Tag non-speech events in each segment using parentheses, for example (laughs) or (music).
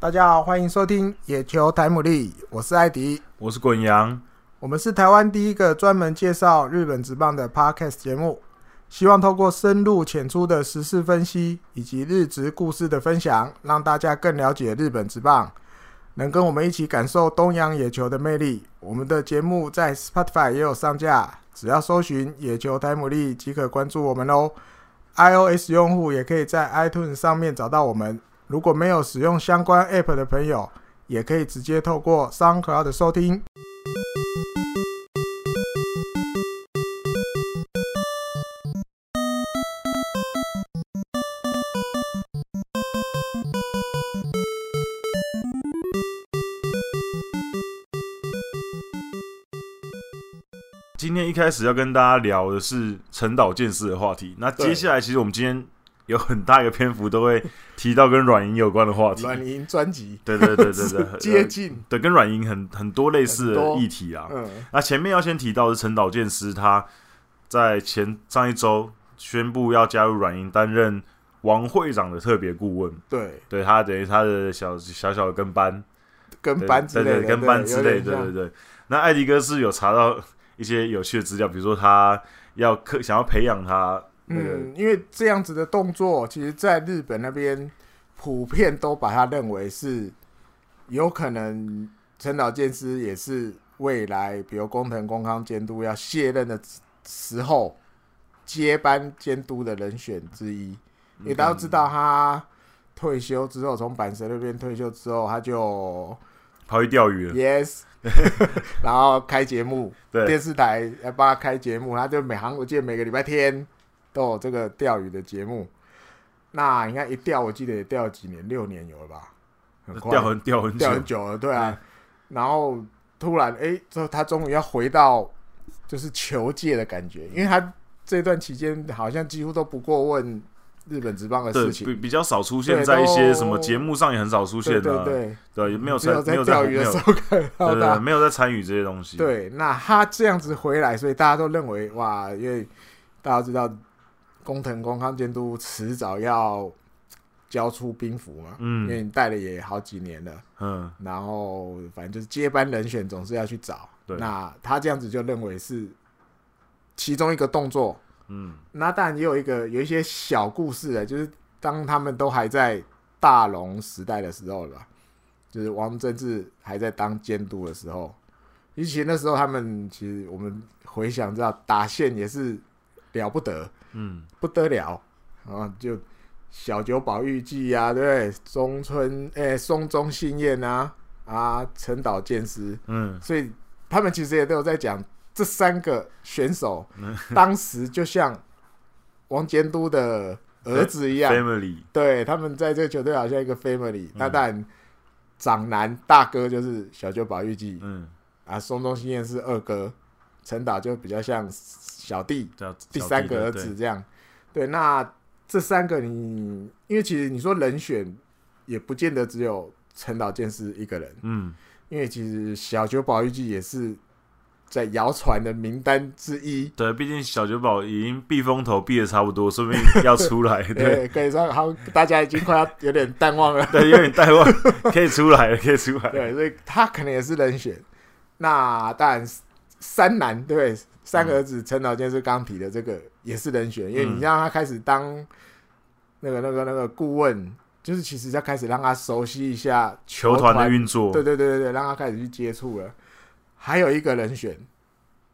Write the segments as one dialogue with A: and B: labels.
A: 大家好，欢迎收听《野球台姆利》，我是艾迪，
B: 我是滚羊，
A: 我们是台湾第一个专门介绍日本职棒的 Podcast 节目，希望透过深入浅出的时事分析以及日职故事的分享，让大家更了解日本职棒，能跟我们一起感受东洋野球的魅力。我们的节目在 Spotify 也有上架，只要搜寻“野球台姆利”即可关注我们喽。iOS 用户也可以在 iTunes 上面找到我们。如果没有使用相关 App 的朋友，也可以直接透过 SoundCloud 收听。
B: 今天一开始要跟大家聊的是陈岛健司的话题。那接下来，其实我们今天有很大一个篇幅都会提到跟软银有关的话题。
A: 软银专辑，
B: 对对对对
A: (laughs)
B: 对
A: 接近，
B: 对跟软银很很多类似
A: 很
B: 的
A: 多
B: 议题呃啊。
A: 嗯，
B: 那前面要先提到的是陈岛健司，他在前上一周宣布要加入软银，担任王会长的特别顾问。
A: 对，
B: 对他等于他的小小小的跟班，
A: 跟
B: 对
A: 班之类
B: 对
A: 的，
B: 对跟班之类
A: 有
B: 的，
A: 点
B: 对
A: 像
B: 对对。那艾迪哥是有查到一些有趣的资料，比如说他要刻想要培养他那个，
A: 嗯，因为这样子的动作，其实在日本那边普遍都把它认为是有可能陈岛健司也是未来，比如工藤公康监督要卸任的时候接班监督的人选之一。因为
B: 嗯
A: 大家都知道他退休之后，从阪神那边退休之后，他就
B: 跑去钓鱼了， (laughs)
A: yes，然后开节目，
B: 对
A: 电视台来帮他开节目，他就每行我记得每个礼拜天都有这个钓鱼的节目。那你看一钓，我记得也钓了几年，六年有了吧？很快
B: 钓很钓很久
A: 钓，很久了，对啊。然后突然，哎、之后他终于要回到就是球界的感觉，因为他这段期间好像几乎都不过问日本职棒的
B: 对
A: 事
B: 比
A: 情，
B: 比较少出
A: 对
B: 现在一些什么
A: 都
B: 节目上也很少出现
A: 对
B: 的、
A: 对对，
B: 对也没有
A: 只有
B: 在没有
A: 钓
B: 在
A: 鱼
B: 没有
A: 的时候看
B: 对
A: 到
B: 对
A: 他
B: 对。没有在参与这些东西，
A: 对，那他这样子回来，所以大家都认为哇，因为大家知道工藤公康监督迟早要交出兵符嘛，因为
B: 嗯
A: 你带了也好几年了，
B: 嗯
A: 然后反正就是接班人选总是要去找。
B: 对
A: 那他这样子就认为是其中一个动作。
B: 嗯，
A: 那当然也有一个有一些小故事的，就是当他们都还在大龙时代的时候了吧，就是王政志还在当监督的时候，尤其那时候他们其实我们回想知道打线也是了不得，
B: 嗯
A: 不得了啊，就小九保育记啊，对不对？中村诶、松中信彦啊，啊，陈岛健司，
B: 嗯
A: 所以他们其实也都有在讲这三个选手，
B: 嗯
A: (laughs) 当时就像王监督的儿子 (laughs) 一样，
B: (laughs) ，family 嗯
A: 对他们在这个球队好像一个 family、那当然，长男大哥就是小九保育记、
B: 嗯
A: 啊，松中信彦是二哥，陈岛就比较像小弟，
B: 叫
A: 第
B: 小
A: 三
B: 弟
A: 个
B: 的
A: 儿
B: 对
A: 子这样。对，那这三个你，因为其实你说人选也不见得只有陈岛健司一个人，
B: 嗯
A: 因为其实小九保育记也是在谣传的名单之一。
B: 对，毕竟小酒保已经避风头避的差不多，说不定要出
A: (laughs)
B: 来，对。
A: 对，可以说好，大家已经快要有点淡忘了。 (laughs)
B: (laughs) 对，有点带忘，可以出来了，可以出来了。
A: 对，所以他可能也是人选。那当然，三男对不对三儿子陈老健是刚提的这个也是人选，因为你
B: 嗯
A: 让他开始当那个那个那个顾问，就是其实要开始让他熟悉一下
B: 球团的运作，
A: 对对对对对，让他开始去接触了。还有一个人选，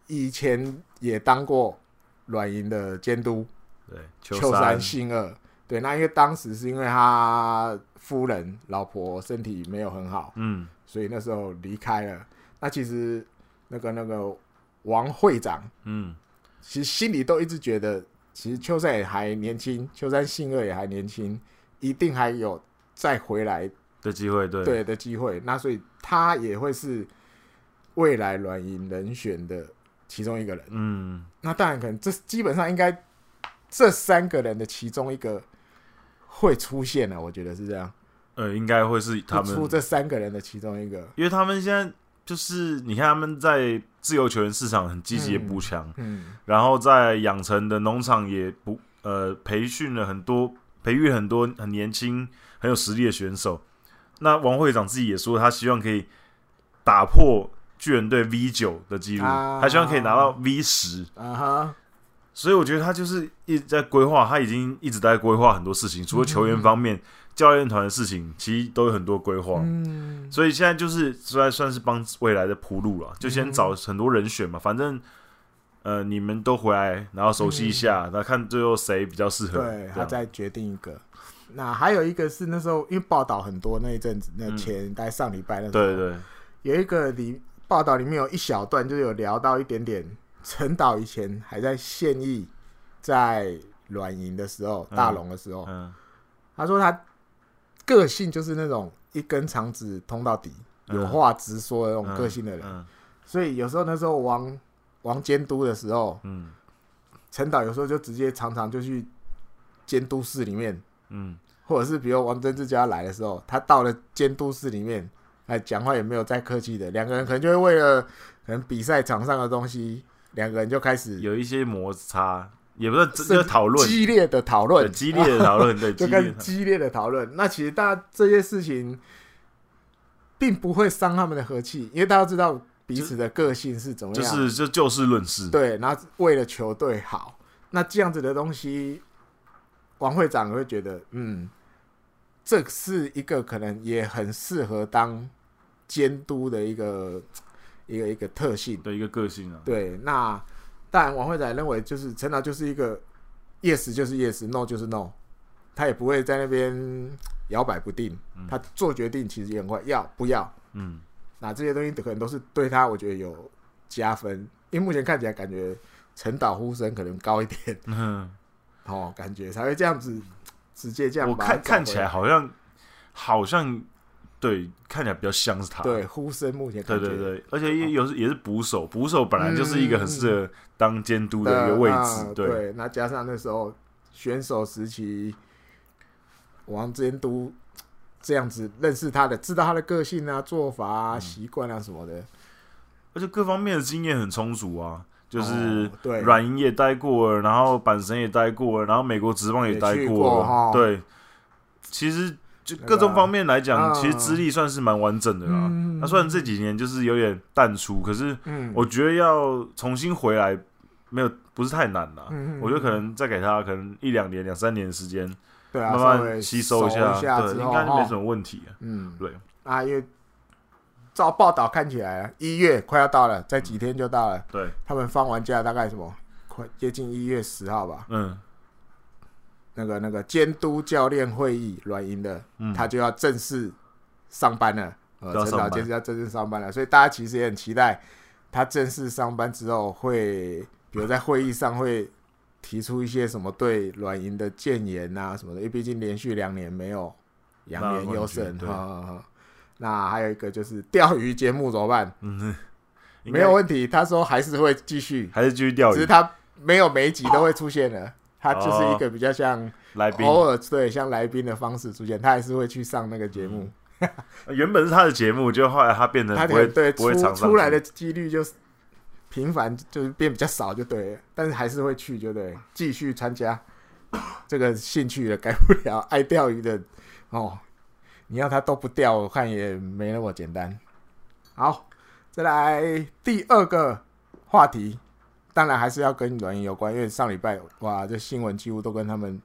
A: 以前也当过软银的监督
B: 对，球
A: 秋
B: 三
A: 山，信二。对，那因为当时是因为他夫人老婆身体没有很好，
B: 嗯，
A: 所以那时候离开了。那其实那个那个王会长，
B: 嗯，
A: 其实心里都一直觉得，其实秋山也还年轻，秋山信二也还年轻，一定还有再回来
B: 的机会，对，
A: 对的机会。那所以他也会是未来软银人选的其中一个人。
B: 嗯，
A: 那当然，可能这基本上应该这三个人的其中一个会出现了、我觉得是这样。
B: 呃，应该会是他
A: 会出
B: 们，
A: 这三个人的其中一个，
B: 因为他们现在就是你看他们在自由球员市场很积极的
A: 嗯
B: 补强，
A: 嗯，
B: 然后在养成的农场也不呃培训了很多，培育很多很年轻很有实力的选手。那王会长自己也说，他希望可以打破巨人队 V 九的记录，
A: 啊
B: 他希望可以拿到 V 十。
A: 啊
B: (laughs)
A: 哈，
B: 所以我觉得他就是一直在规划，他已经一直在规划很多事
A: 嗯
B: 情，除了球员方面，教练团的事情其实都有很多规划。
A: 嗯，
B: 所以现在就是算算是帮未来的铺路了，就先找很多人选嘛，反正呃你们都回来，然后熟悉一下，然后看最后谁比较适合。
A: 嗯对，
B: 这
A: 他
B: 样
A: 再决定一个。那还有一个是那时候因为报道很多那一阵子，那
B: 嗯
A: 前大概上礼拜那时候，
B: 对对
A: 有一个里报道里面有一小段，就是有聊到一点点陈导以前还在现役，在软银的时候，
B: 嗯
A: 大龙的时候，
B: 嗯，
A: 他说他个性就是那种一根肠子通到底，
B: 嗯
A: 有话直说的那种
B: 嗯
A: 个性的人。
B: 嗯
A: 所以有时候那时候王王监督的时候，
B: 嗯
A: 陈导有时候就直接常常就去监督室里面，
B: 嗯，
A: 或者是比如王贞治家来的时候，他到了监督室里面，哎，讲话也没有再客气的，两个人可能就会为了可能比赛场上的东西，两个人就开始
B: 有一些摩擦，也不是
A: 甚
B: 真
A: 至
B: 的讨论，
A: 激烈的讨
B: 对
A: 论，
B: 激烈的讨论，对激
A: (laughs) 就
B: 烈
A: 跟
B: 的
A: 激烈的讨论。那其实大家这些事情，并不会伤他们的和气，因为大家知道彼此的个性是怎么
B: 就
A: 样，
B: 是就就事论事。
A: 对，然后为了球队好，那这样子的东西，王会长会觉得，嗯，这是一个可能也很适合当监督的一个一个一个特性。
B: 的一个个性啊，
A: 对，那当然王会长认为就是陈导就是一个 yes 就是 yes，no 就是 no，他也不会在那边摇摆不定，他做决定其实也很快，要不要，
B: 嗯，
A: 那这些东西可能都是对他，我觉得有加分。因为目前看起来感觉陈导呼声可能高一点
B: 嗯
A: 哦，感觉才会这样子直接这样
B: 我
A: 把他
B: 看看
A: 找
B: 起
A: 回
B: 来好像好像对，看起来比较像是他，
A: 对呼声目前
B: 对
A: 感觉
B: 对对，而且也有时也是捕手，捕手本来就是一个很
A: 嗯
B: 适合当监督的一个
A: 呃
B: 位
A: 那
B: 置，对，
A: 对，那加上那时候选手时期，王之前都这样子认识他的，知道他的个性啊、做法
B: 嗯
A: 啊、习惯啊什么的，
B: 而且各方面的经验很充足啊，就是
A: 哦对
B: 软银也待过了，然后阪神也待过了，然后美国职棒也待
A: 也去过哈
B: 了，对，其实就
A: 那个
B: 各种方面来
A: 啊
B: 讲，其实资历算是蛮完整的啦。
A: 嗯
B: 那虽然这几年就是有点淡出，可是
A: 嗯，
B: 我觉得要重新回来，没有不是太难啦。
A: 嗯嗯
B: 我觉得可能再给他可能一两年、两三年的时间，
A: 对啊，
B: 慢
A: 稍微
B: 慢吸收
A: 熟
B: 下，
A: 一
B: 对，
A: 之
B: 应
A: 后
B: 该没
A: 哦
B: 什么问题啊。
A: 嗯，
B: 对，
A: 啊，因为照报道看起来，啊一月快要到了，再几天就到了。
B: 对，
A: 他们放完假大概什么，快接近一月十号吧。
B: 嗯
A: 那个那个监督教练会议，软银的，
B: 嗯，
A: 他就要正式上班了。呃
B: 就，要
A: 陈
B: 上
A: 导
B: 班
A: 监是要正式上班了，所以大家其实也很期待他正式上班之后会，比如在会议上会提出一些什么对软银的谏言啊什么的，因为毕竟连续两年没有扬言优胜
B: 拿冠军
A: 哈
B: 对
A: 哈。哈那还有一个就是钓鱼节目怎么办？
B: 嗯，应该
A: 没有问题，他说还是会继续，
B: 还是继续钓
A: 只是
B: 鱼
A: 他没有每一集都会出现了，他就是一个比较像
B: 来宾。
A: 偶尔对像来宾的方式出现，他还是会去上那个节目。
B: 原本是他的节目，就后来他变成
A: 他
B: 不
A: 可
B: 会
A: 能对
B: 不会
A: 出
B: 常上
A: 出来的几率就是频繁，就是变比较少就对了，但是还是会去就对了，继续参加这个兴趣的改不了，爱钓鱼的哦，你要他都不钓，我看也没那么简单。好，再来第二个话题，当然还是要跟软银有关，因为上礼拜哇，这新闻几乎都跟他们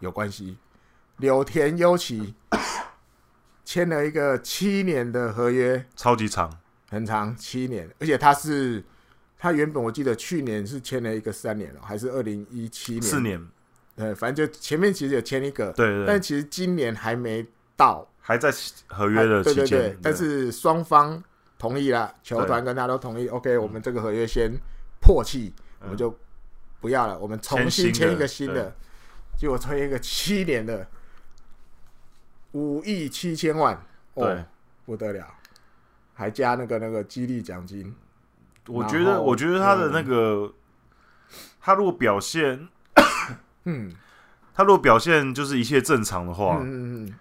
A: 有关系。柳田优起签了一个七年的合约，
B: 超级长，
A: 很长，七年，而且他是他原本我记得去年是签了一个三年了，哦还是二零一七年？
B: 四，年，
A: 对，反正就前面其实有签一个，
B: 对对
A: 但
B: 对，
A: 其实今年还没到
B: 还在合约的
A: 对
B: 期
A: 对
B: 间，
A: 对
B: 对，
A: 但是双方同意了，球团跟他都同意，OK，我们这个合约先破弃，我们就不要了，我们重新
B: 嗯签新的
A: 签一个新的，结果签一个七年的，五亿七千万，哦
B: 对，
A: 不得了，还加那个那个激励奖金。
B: 我觉
A: 然
B: 得
A: 后
B: 我觉得他的那个，他如果表现，
A: (coughs) 嗯
B: 他如果表现就是一切正常的话，
A: 嗯嗯嗯，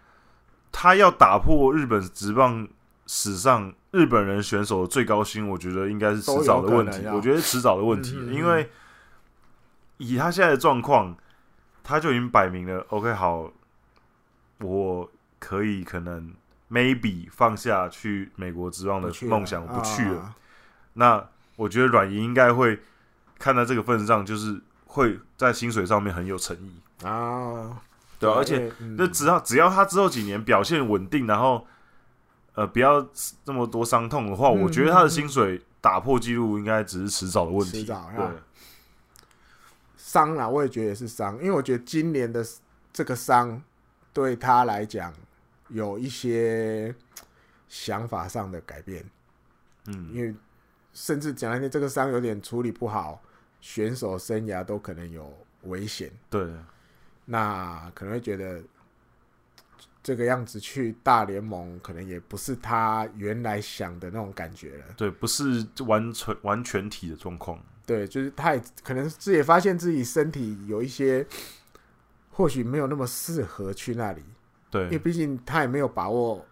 B: 他要打破日本职棒史上日本人选手的最高薪，我觉得应该是迟早的问
A: 都有可
B: 题
A: 能。啊
B: 我觉得迟早的问题，
A: 嗯嗯嗯
B: 因为以他现在的状况，他就已经摆明了，OK，好，我可以可能 maybe 放下去美国之棒的梦想，我不去了。
A: 啊
B: 那我觉得软银应该会看在这个份上，就是会在薪水上面很有诚意，
A: 啊，
B: 对啊而且那
A: 嗯
B: 只要只要他之后几年表现稳定，然后呃不要这么多伤痛的话，
A: 嗯
B: 我觉得他的薪水打破纪录应该只是迟早的问题。
A: 迟早
B: 对
A: 啊，伤啦，我也觉得也是伤，因为我觉得今年的这个伤对他来讲有一些想法上的改变，
B: 嗯，
A: 因为甚至讲来听，这个伤有点处理不好，选手生涯都可能有危险。
B: 对，
A: 那可能会觉得这个样子去大联盟，可能也不是他原来想的那种感觉了。
B: 对，不是完全完全体的状况。
A: 对，就是他也可能自己也发现自己身体有一些，或许没有那么适合去那里，因为
B: 对
A: 毕竟他也没有把握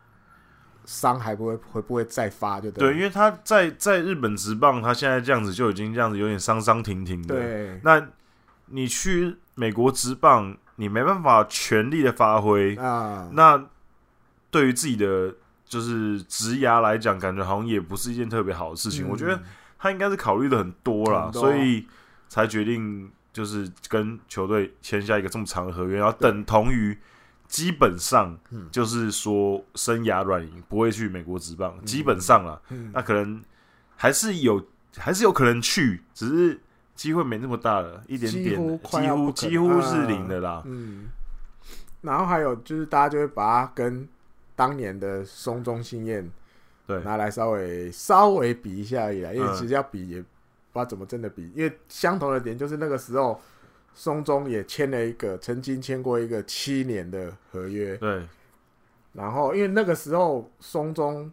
A: 伤还不会会不会再发，就
B: 对，
A: 了
B: 因为他在在日本职棒，他现在这样子就已经这样子有点伤伤停停的。
A: 对
B: 那你去美国职棒，你没办法全力的发挥，
A: 啊，
B: 那对于自己的就是职涯来讲，感觉好像也不是一件特别好的事情。
A: 嗯
B: 我觉得他应该是考虑的很多啦，
A: 很多啊
B: 所以才决定就是跟球队签下一个这么长的合约，然后等同于基本上
A: 嗯
B: 就是说生涯软银不会去美国职棒，
A: 嗯
B: 基本上啦，
A: 嗯
B: 那可能还是有还是有可能去，只是。机会没那么大了，一点
A: 几
B: 点
A: 乎
B: 了，
A: 快
B: 几
A: 要
B: 乎
A: 不可能啊
B: 几乎是零的啦。
A: 嗯，然后还有就是大家就会把它跟当年的松中信彦
B: 对
A: 拿来稍微稍微比一下而已啦，因为
B: 嗯
A: 其实要比也不知道怎么真的比，因为相同的点就是那个时候松中也签了一个曾经签过一个七年的合约，
B: 对，
A: 然后因为那个时候松中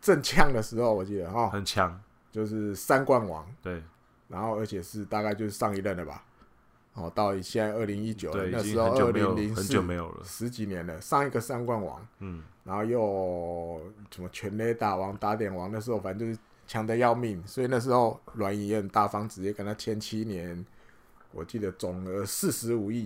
A: 正呛的时候，我记得哈，
B: 很强，
A: 就是三冠王，
B: 对，
A: 然后而且是大概就是上一任了吧，哦，到现在二零一九，
B: 对，
A: 那
B: 已
A: 时
B: 经
A: 候
B: 很久
A: 二
B: 没有
A: 零零
B: 很
A: 四啊
B: 久没有了。
A: 十几年了，上一个三冠王，
B: 嗯，
A: 然后又什么全垒打王、打点王，那时候反正就是强的要命，所以那时候阮莹也很大方，直接跟他签七年，我记得总额四十五亿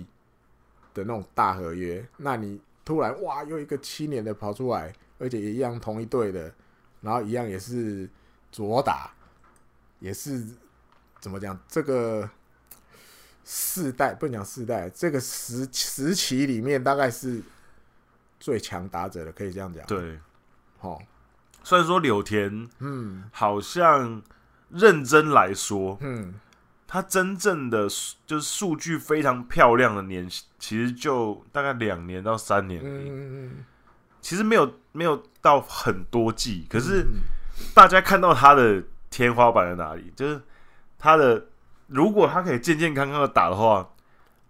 A: 的那种大合约。那你突然哇，又一个七年的跑出来，而且也一样同一队的，然后一样也是左打，也是怎么讲这个。世代不能讲世代，这个时时期里面大概是最强打者了，可以这样讲。，
B: 对。
A: 好，
B: 虽然说柳田
A: 嗯
B: 好像认真来说，
A: 嗯，
B: 他真正的数就是数据非常漂亮的年，其实就大概两年到三年而已。
A: 嗯，
B: 其实没有没有到很多季，可是
A: 嗯
B: 大家看到他的天花板在哪里，就是他的如果他可以健健康康的打的话，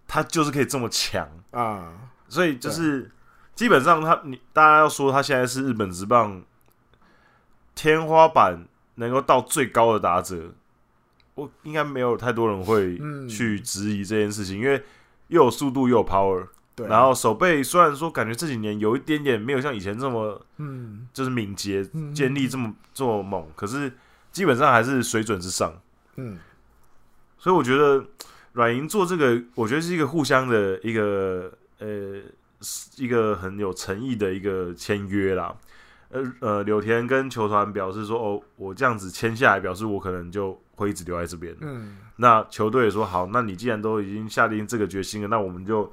B: 他就是可以这么强。
A: 啊，
B: 所以就是基本上他你大家要说他现在是日本职棒天花板能够到最高的打者，我应该没有太多人会
A: 嗯
B: 去质疑这件事情，因为又有速度又有 power，
A: 对，
B: 然后手背虽然说感觉这几年有一点点没有像以前这么
A: 嗯，
B: 就是敏捷
A: 嗯
B: 建立这么这么猛，可是基本上还是水准之上，
A: 嗯
B: 所以我觉得软银做这个，我觉得是一个互相的一个呃一个很有诚意的一个签约啦。呃呃，柳田跟球团表示说，哦，我这样子签下来，表示我可能就会一直留在这边。
A: 嗯，
B: 那球队也说，好，那你既然都已经下定这个决心了，那我们就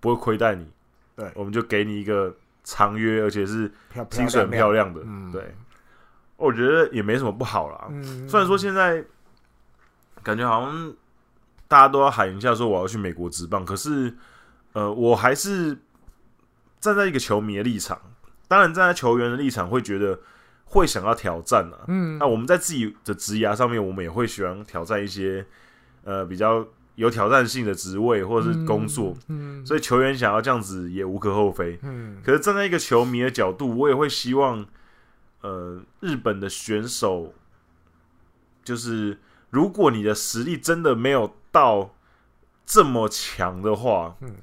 B: 不会亏待你，
A: 对
B: 我们就给你一个长约，而且是
A: 漂漂
B: 薪水很漂
A: 亮，
B: 亮的。
A: 嗯
B: 对，我觉得也没什么不好啦。
A: 嗯，
B: 虽然说现在感觉好像大家都要喊一下说我要去美国职棒，可是呃，我还是站在一个球迷的立场，当然站在球员的立场会觉得会想要挑战啊。
A: 嗯，
B: 那我们在自己的职涯上面，我们也会喜欢挑战一些呃比较有挑战性的职位或者是工作，
A: 嗯，
B: 所以球员想要这样子也无可厚非。
A: 嗯
B: 可是站在一个球迷的角度，我也会希望，呃，日本的选手，就是如果你的实力真的没有到这么强的话，
A: 嗯，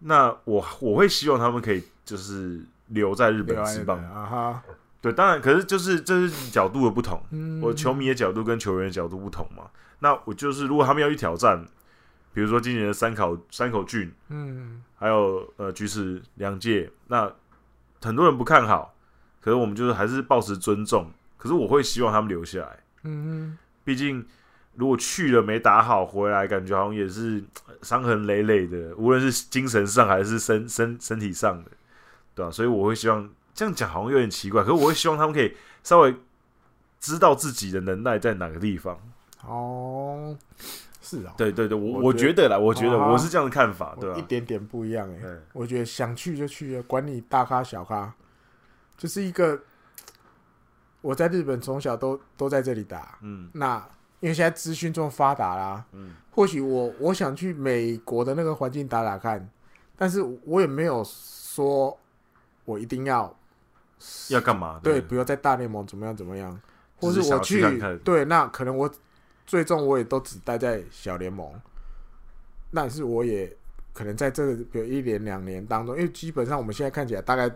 B: 那我我会希望他们可以就是留在日
A: 嗯，
B: 本职棒。
A: 啊哈，
B: 对，当然，可是就是这是角度的不同，
A: 嗯，
B: 我球迷的角度跟球员的角度不同嘛。那我就是如果他们要去挑战，比如说今年的山口山口俊，
A: 嗯，
B: 还有呃菊池良介，那很多人不看好，可是我们就是还是保持尊重。可是我会希望他们留下来，
A: 嗯
B: 毕竟如果去了没打好回来，感觉好像也是呃伤痕累累的，无论是精神上还是身身身体上的，对吧、啊所以我会希望这样讲好像有点奇怪，可是我会希望他们可以稍微知道自己的能耐在哪个地方。
A: 哼，哦，是啊、
B: 对对对，我
A: 我
B: 我
A: 觉
B: 觉得啦，我觉得
A: 啊
B: 我是这样的看法，对啊
A: 我
B: 吧、
A: 一点点不一样哎、
B: 嗯
A: 我觉得想去就去，啊管你大咖小咖，就是一个我在日本从小都都在这里打，
B: 嗯
A: 那因为现在资讯这么发达啦，
B: 嗯，
A: 或许我我想去美国的那个环境打打看，但是我也没有说我一定要
B: 要干嘛？
A: 对，
B: 不
A: 不要在大联盟怎么样怎么样，或
B: 只是
A: 我
B: 想去看看
A: 对，那可能我最终我也都只待在小联盟，但是我也可能在这个比如一年两年当中，因为基本上我们现在看起来大概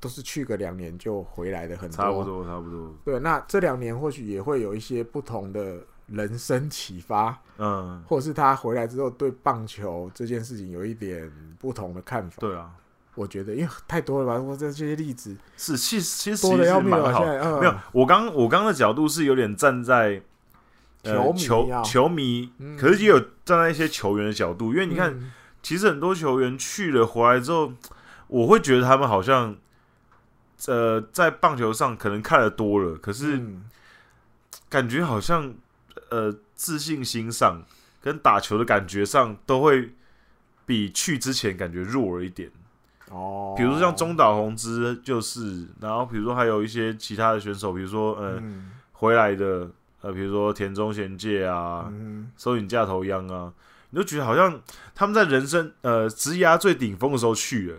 A: 都是去个两年就回来的很
B: 差不多差不多，
A: 对，那这两年或许也会有一些不同的人生启发，
B: 嗯，
A: 或者是他回来之后对棒球这件事情有一点不同的看法。
B: 对啊，
A: 我觉得因为太多了吧，我这这些例子
B: 是，其实其实
A: 多的要
B: 其
A: 命
B: 实蛮
A: 了，
B: 好
A: 现。在、嗯、
B: 没有，我刚我刚的角度是有点站在呃
A: 球迷
B: 球
A: 啊
B: 球迷
A: 嗯，
B: 可是也有站在一些球员的角度，因为你看，
A: 嗯
B: 其实很多球员去了回来之后，我会觉得他们好像呃在棒球上可能看的多了，可是
A: 嗯
B: 感觉好像呃自信心上跟打球的感觉上都会比去之前感觉弱了一点。
A: 哦，
B: 比如说像中岛宏之就是，然后比如说还有一些其他的选手，比如说呃、
A: 嗯
B: 回来的，呃比如说田中贤介啊、
A: 嗯
B: 收影架头央啊，你就觉得好像他们在人生呃职涯最顶峰的时候去了，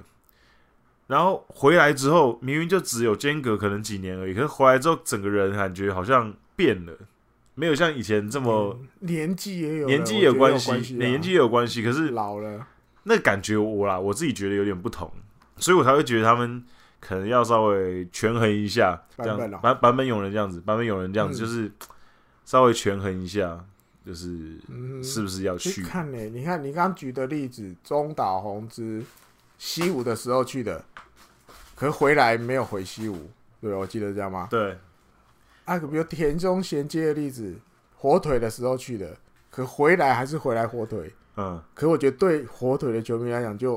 B: 然后回来之后明明就只有间隔可能几年而已，可是回来之后整个人感觉好像变了，没有像以前这么、
A: 嗯年纪也有了
B: 年纪
A: 我觉得有
B: 关
A: 系，啊
B: 年纪也有关系，可是
A: 老了，
B: 那感觉我啦，我自己觉得有点不同，所以我才会觉得他们可能要稍微权衡一下，这
A: 版
B: 样
A: 本哦
B: 版版本有人这样子，版本有人这样子，
A: 嗯
B: 就是稍微权衡一下，就是
A: 嗯，
B: 是不是要
A: 去
B: 去？
A: 看呢、你看你刚刚举的例子，中岛宏之西武的时候去的，可是回来没有回西武，对，我记得这样吗？
B: 对，
A: 啊，比如田中衔接的例子，火腿的时候去的，可回来还是回来火腿，
B: 嗯，
A: 可我觉得对火腿的球迷来讲就，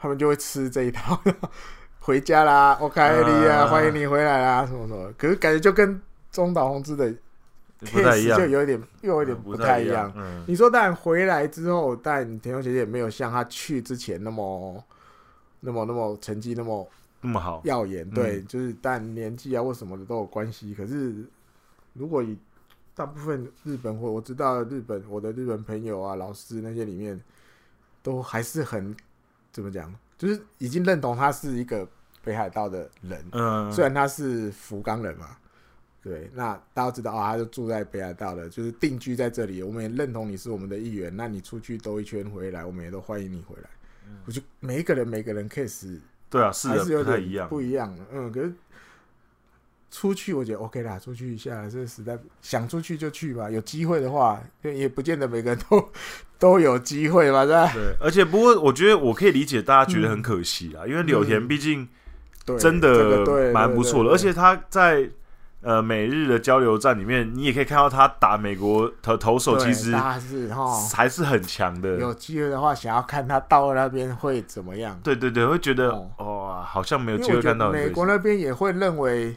A: 他们就会吃这一套， (laughs) 回家啦，OK 利啊，
B: 啊
A: 欢迎你回来啦，什么什么。可是感觉就跟中岛宏之的
B: 不太一
A: case
B: 样
A: 就，有一点又有点
B: 嗯
A: 不
B: 不
A: 太一
B: 一
A: 样。
B: 嗯，
A: 你说，当然回来之后，但田中姐姐也没有像他去之前那么、那么、那么成绩那么
B: 那么好，
A: 耀眼。对，就是但年纪啊或什么的都有关系。可是如果以大部分日本或我知道的日本我的日本朋友啊、老师那些里面，都还是很怎么讲，就是已经认同他是一个北海道的人，
B: 嗯，
A: 虽然他是福冈人嘛。对，那大家知道啊、他就住在北海道了，就是定居在这里。我们也认同你是我们的一员，那你出去兜一圈回来，我们也都欢迎你回来。我觉得每一个人每个人 case
B: 对啊，是
A: 还是有
B: 的，不太
A: 点
B: 一样，
A: 不一样。嗯，可是出去我觉得 OK 啦，出去一下，这个时代想出去就去吧，有机会的话，也不见得每个人都 (laughs) 都有机会吧，对吧？
B: 对，而且不过我觉得我可以理解大家觉得很可惜啦，因为柳田
A: 嗯
B: 毕竟
A: 对，
B: 真
A: 这个
B: 的
A: 对
B: 蛮不错的，
A: 对
B: 而
A: 对
B: 且他在呃美日的交流战里面，你也可以看到他打美国投投手
A: 对
B: 其实
A: 大家是哈，
B: 还是很强的。
A: 有机会的话，想要看他到那边会怎么样。
B: 对对对，会觉得
A: 哦
B: 哇，好像没有
A: 因
B: 机
A: 为
B: 会
A: 我觉
B: 看
A: 得
B: 到很
A: 美
B: 可惜
A: 国那边也会认为，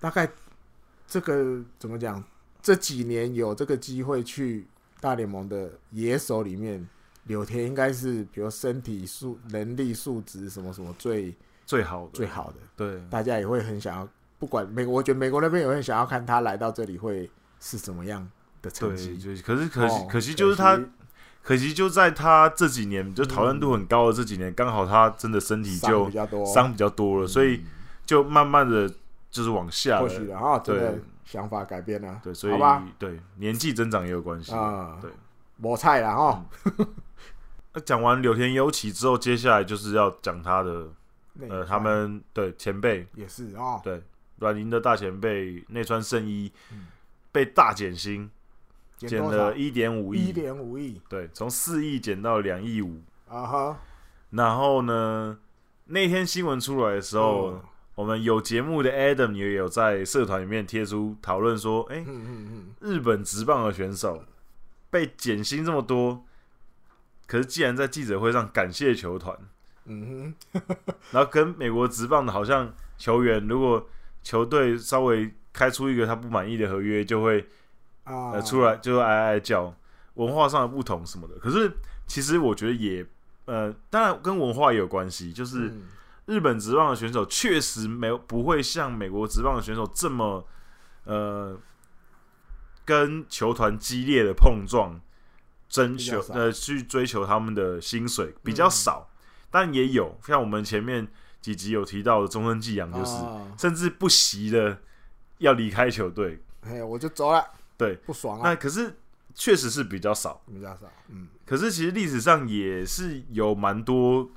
A: 大概这个怎么讲，这几年有这个机会去大联盟的野手里面，柳田应该是比如身体素、能力素质什么什么最
B: 最好的
A: 最好的，
B: 对，
A: 大家也会很想要。不管美国，我觉得美国那边也会很想要看他来到这里会是什么样的成
B: 对，
A: 绩。
B: 就是可是可惜、
A: 哦
B: 可惜就是他可惜就在他这几年就讨论度很高的这几年，刚、好他真的身体
A: 嗯伤
B: 就
A: 比较多，嗯
B: 伤比较多了，所以就慢慢的就是往下
A: 或
B: 了。
A: 许然后真的
B: 对
A: 想法改变了，
B: 对，所以
A: 好吧
B: 对年纪增长也有关系。
A: 啊，
B: 对，
A: 磨菜了哈。
B: 那讲完柳田优起之后，接下来就是要讲他的呃，
A: 内
B: 他
A: 川
B: 们对前辈
A: 也是哦，
B: 对软银的大前辈内川圣一
A: 嗯
B: 被大减薪，减
A: 多
B: 了
A: 少？
B: 一点五
A: 一
B: 亿，
A: 点五亿
B: 对，从四亿减到两亿五。
A: 啊哈，
B: 然后呢，那天新闻出来的时候，
A: 嗯
B: 我们有节目的 Adam 也有在社团里面贴出讨论说，哎、
A: 嗯嗯
B: 日本职棒的选手被减薪这么多，可是既然在记者会上感谢球团，
A: 嗯嗯
B: 然后跟美国职棒的好像球员，如果球队稍微开出一个他不满意的合约，就会
A: 哼啊，
B: 呃出来就哀哀叫，文化上的不同什么的。可是其实我觉得也呃，当然跟文化也有关系，就是。
A: 嗯
B: 日本职棒的选手确实没有不会像美国职棒的选手这么呃跟球团激烈的碰撞，征
A: 比
B: 求
A: 较少嗯
B: 呃去追求他们的薪水比较少，但也有像我们前面几集有提到的中村纪洋，就是、
A: 啊
B: 甚至不惜的要离开球队。
A: 嘿，我就走了，
B: 对，
A: 不爽啊，
B: 那可是确实是比较少。
A: 比较少，嗯
B: 可是其实历史上也是有蛮多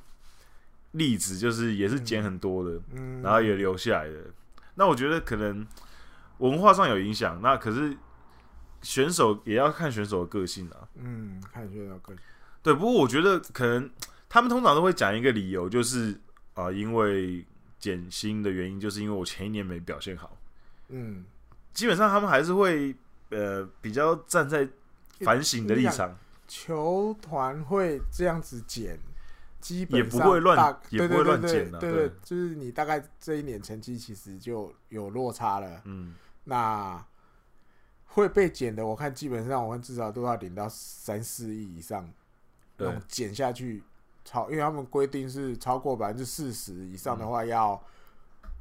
B: 例子，就是也是减很多的，
A: 嗯，
B: 然后也留下来的。那我觉得可能文化上有影响，那可是选手也要看选手的个性啊。
A: 嗯，看学校个性，
B: 对，不过我觉得可能他们通常都会讲一个理由，就是啊、因为减薪的原因，就是因为我前一年没表现好。
A: 嗯，
B: 基本上他们还是会呃比较站在反省的立场，
A: 球团会这样子减，基本
B: 也
A: 上
B: 不会乱
A: 大
B: 也不会乱减啊
A: 对
B: 对
A: 对，就是你大概这一年成绩其实就有落差了，
B: 嗯，
A: 那会被减的，我看基本上我看至少都要领到三四亿以上，那
B: 对
A: 种减下去超，因为他们规定是超过百分之四十以上
B: 嗯
A: 的话，要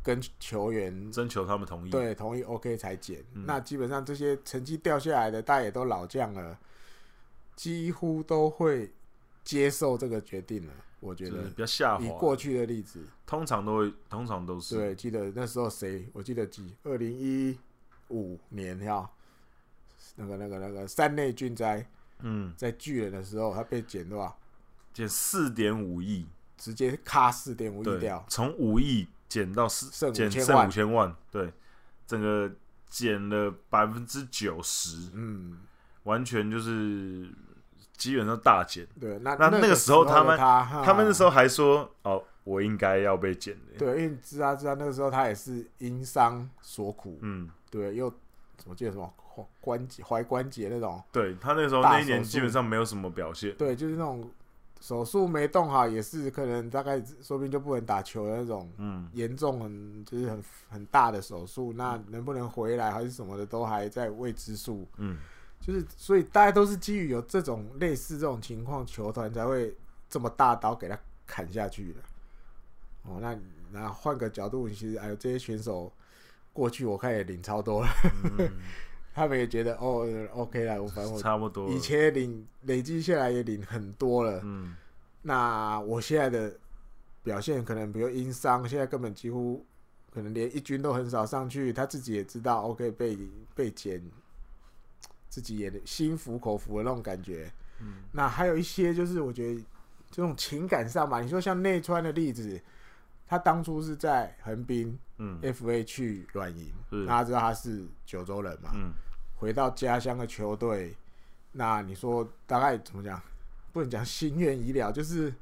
A: 跟球员
B: 征求他们同意。
A: 对同意 OK 才减。
B: 嗯
A: 那基本上这些成绩掉下来的，大家也都老将了，几乎都会接受这个决定了。我觉
B: 就是
A: 得
B: 比较啊下
A: 以
B: 滑
A: 过，去的例子，
B: 通常都会，通常都是
A: 对，记得那时候谁？我记得几？二零一五年哈，那个那个那个山内俊哉
B: 嗯，
A: 在巨人的时候，他被减多少？
B: 减四点五亿，
A: 直接卡四点五亿
B: 对
A: 掉，，
B: 从五亿减到
A: 剩
B: 四，减
A: 5000
B: 剩
A: 万
B: 五千万，对，整个减了百分之九十，
A: 嗯，
B: 完全就是基本上大减。
A: 对。那
B: 那那
A: 那
B: 个时候
A: 的
B: 他们
A: 他
B: 他们那时
A: 候
B: 候还说：“哦，我应该要被减的。”，
A: 对，因为你知道知道那个时候他也是因伤所苦，
B: 嗯，
A: 对，又我记得什么髋关节踝关节那种，
B: 对他那时候
A: 大
B: 那一年
A: 手术
B: 基本上没有什么表现，
A: 对，就是那种手术没动好，也是可能大概说不定就不能打球的那种。
B: 嗯，
A: 严重很就是很很大的手术，那能不能回来还是什么的，都还在未知数。
B: 嗯，
A: 就是所以大家都是基于有这种类似这种情况，球团才会这么大刀给他砍下去的。哦，那那换个角度，其实哎呦，这些选手过去我看也领超多了，
B: 嗯
A: (laughs) 他们也觉得哦呃，OK 了，我反正我
B: 差不多了
A: 以前也领累积下来也领很多了，
B: 嗯，
A: 那我现在的表现可能比如因伤，现在根本几乎可能连一军都很少上去，他自己也知道，OK 被被减，自己也心服口服的那种感觉。嗯，那还有一些就是我觉得这种情感上嘛，你说像内川的例子，他当初是在横滨，
B: 嗯
A: FA 去软银，
B: 是
A: 大家知道他是九州人嘛，
B: 嗯
A: 回到家乡的球队，那你说大概怎么讲？不能讲心愿已了，就是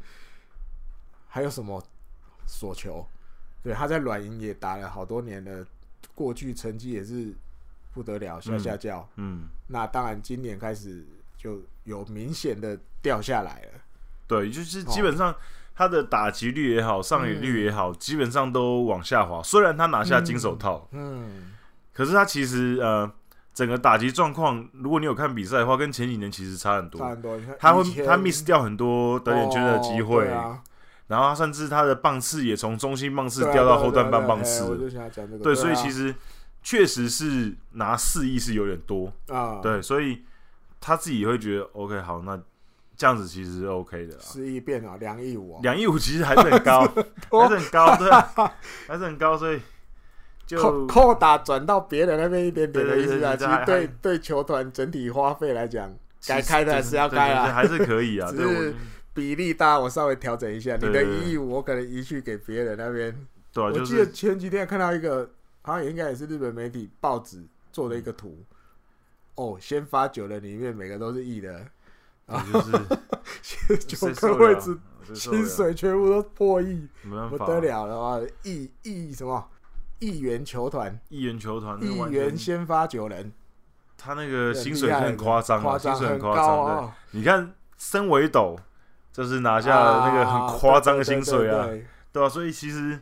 A: 还有什么所求？对，他在软银也打了好多年了，过去成绩也是不得了，下下叫。
B: 嗯，
A: 那当然，今年开始就有明显的掉下来了。
B: 对，就是基
A: 哦
B: 本上他的打击率也好，上垒
A: 嗯
B: 率也好，基本上都往下滑。虽然他拿下金手套，
A: 嗯，
B: 可是他其实呃，整个打击状况，如果你有看比赛的话，跟前几年其实差
A: 差
B: 很多。
A: 很多。你看
B: 他
A: 以
B: 会
A: 前
B: 他 miss 掉很多得点圈的机
A: 哦
B: 会，
A: 对啊
B: 然后他甚至他的棒次也从中心棒次
A: 对啊
B: 掉
A: 对
B: 到
A: 啊
B: 后
A: 对啊对
B: 段
A: 啊
B: 半棒
A: 哎
B: 次
A: 我
B: 了，
A: 就想讲这个。
B: 对，所以
A: 啊
B: 其实确实是拿四亿是有点多，
A: 啊，，
B: 对，所以他自己也会觉得哦 OK 好，那这样子其实是 OK 的啦。
A: 十亿变啊，两亿五啊，
B: 两亿五其实还是很
A: (laughs)
B: 高，还是很高，对啊，还是很高，所以
A: 扣
B: 就
A: 扣打转到别人那边一点点的
B: 对
A: 意
B: 对
A: 思啊。
B: 对对
A: 其
B: 还
A: 实对对球团整体花费来讲，
B: 其实
A: 该开的还是要
B: 对
A: 开
B: 对对
A: 啊。
B: 还是可以啊。
A: 只
B: 对，
A: (laughs)
B: 我
A: 是比例大，我稍微调整一下。
B: 对
A: 你的
B: 对对
A: 一亿五，我可能移去给别人那边。
B: 对啊，
A: 我
B: 就
A: 记得
B: 是
A: 前几天看到一个，好像也应该也是日本媒体
B: 嗯 (laughs)
A: 报纸做的一个图。哦，先发九人里面每个都是亿的，
B: 我
A: (laughs)
B: 就是
A: 九个位置，
B: 谁受得了
A: 薪水全部都破
B: (laughs)
A: 亿，
B: 没办
A: 不
B: 法，
A: 得了了啊！亿亿什么？亿元球团，
B: 一元球团，那
A: 亿
B: 完
A: 元
B: 全
A: 先发九人，
B: 他那个薪水
A: 厉
B: 是
A: 害
B: 很夸张
A: 夸
B: 啊，薪
A: 张
B: 水很夸
A: 高
B: 张的。
A: 啊！
B: 你看，身为斗，就是拿下了那个很夸张的薪水
A: 啊
B: 啊，
A: 对对对对
B: 对啊，所以其实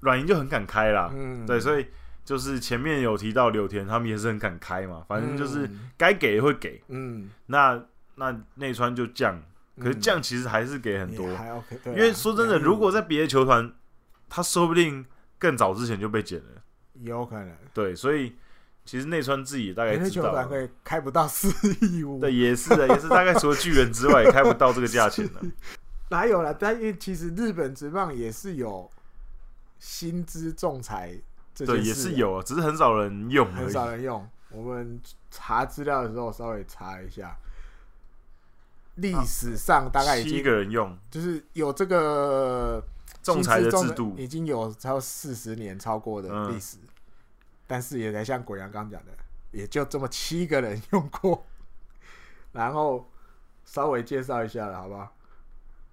B: 软银就很敢开啦
A: 对，嗯，
B: 啊对，所以就是前面有提到柳田，他们也是很敢开嘛，反正就是
A: 嗯
B: 该给会给，
A: 嗯，
B: 那那内川就降，可是降其实还是给很
A: 也
B: 多，
A: 还 OK，对啊
B: 因为说真的，
A: 两亿
B: 如果在别的球团，他说不定更早之前就被减了，
A: 有可能，
B: 对，所以其实内川自己也大概
A: 那
B: 知
A: 球
B: 道
A: 团
B: 了。
A: 会开不到四亿五，
B: 对，也是的，啊也是大概除了巨人之外，也开不到这个价钱
A: (laughs)
B: 了。
A: 哪有啦？但因为其实日本职棒也是有薪资仲裁这件
B: 对，
A: 事啊，
B: 也是有啊，只是很少人用而
A: 很
B: 已。
A: 少人用。我们查资料的时候稍微查一下，历史上大概已
B: 啊七
A: 经、
B: 个人用
A: 就是有这个
B: 仲裁的制度嗯
A: 薪资仲裁，已经有超四十年超过的历史，但是也才像果阳刚讲的，也就这么七个人用过。 (laughs) 然后稍微介绍一下了，好不好？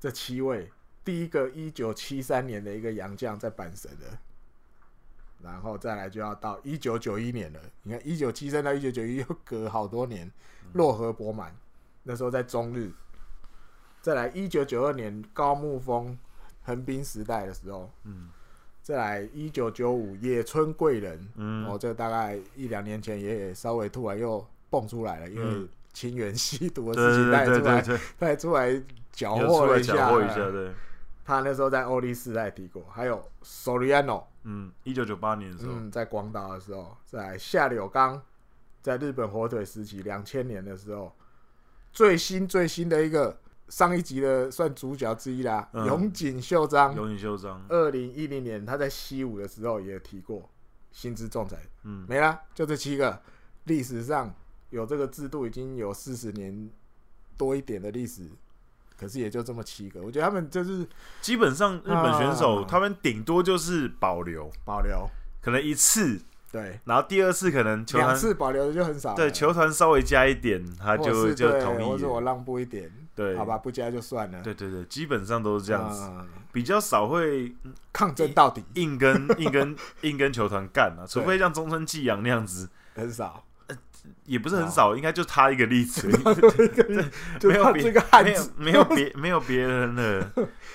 A: 这七位，第一个一九七三年的一个洋将在阪神的，然后再来就要到一九九一年了。你看一九七三到一九九一又隔好多年，洛河博满那时候在中日，再来一九九二年高木峰横滨时代的时候，
B: 嗯
A: 再来一九九五野村贵人，
B: 嗯
A: 哦，这大概一两年前也稍微突然又蹦出来了，因为
B: 嗯
A: 清源吸毒
B: 对
A: 的事情带
B: 对对
A: 出来
B: 对，对，
A: 带出来搅
B: 有
A: 和
B: 出
A: 了
B: 来
A: 一
B: 搅
A: 下。
B: 和一下，对，
A: 他那时候在欧力士代提过，还有 Soriano，
B: 嗯，一九九八年的时候，
A: 嗯，在广岛的时候，在下柳刚，在日本火腿时期，两千年的时候，最新最新的一个上一集的算主角之一啦，
B: 嗯
A: 永井秀章，
B: 有你修章，
A: 二零一零年他在西武的时候也提过薪资仲裁，
B: 嗯
A: 没啦，就这七个，历史上有这个制度已经有四十年多一点的历史。可是也就这么七个，我觉得他们就是
B: 基本上日本选手
A: 啊
B: 他们顶多就是保留，
A: 保留，
B: 可能一次，
A: 对，
B: 然后第二次可能球
A: 两
B: 团
A: 次保留的就很少了。
B: 对球团稍微加一点，他
A: 或
B: 就是就
A: 对
B: 同
A: 或
B: 意
A: 者我
B: 了，
A: 让步一点，
B: 对，
A: 好吧，，不加就算了，
B: 对对对，基本上都是这样子，
A: 嗯
B: 比较少会
A: 抗争到底
B: 硬跟
A: (laughs)
B: 硬跟硬跟球团干啊，除非像中村纪洋那样子，
A: 很
B: (laughs)
A: 少，
B: 也不是很少，应该就他一个例子而已。
A: (laughs) 就
B: 没有
A: 靠
B: 别
A: 这个汉子，
B: 没有没有别 (laughs) 没有别
A: (laughs)
B: 人了，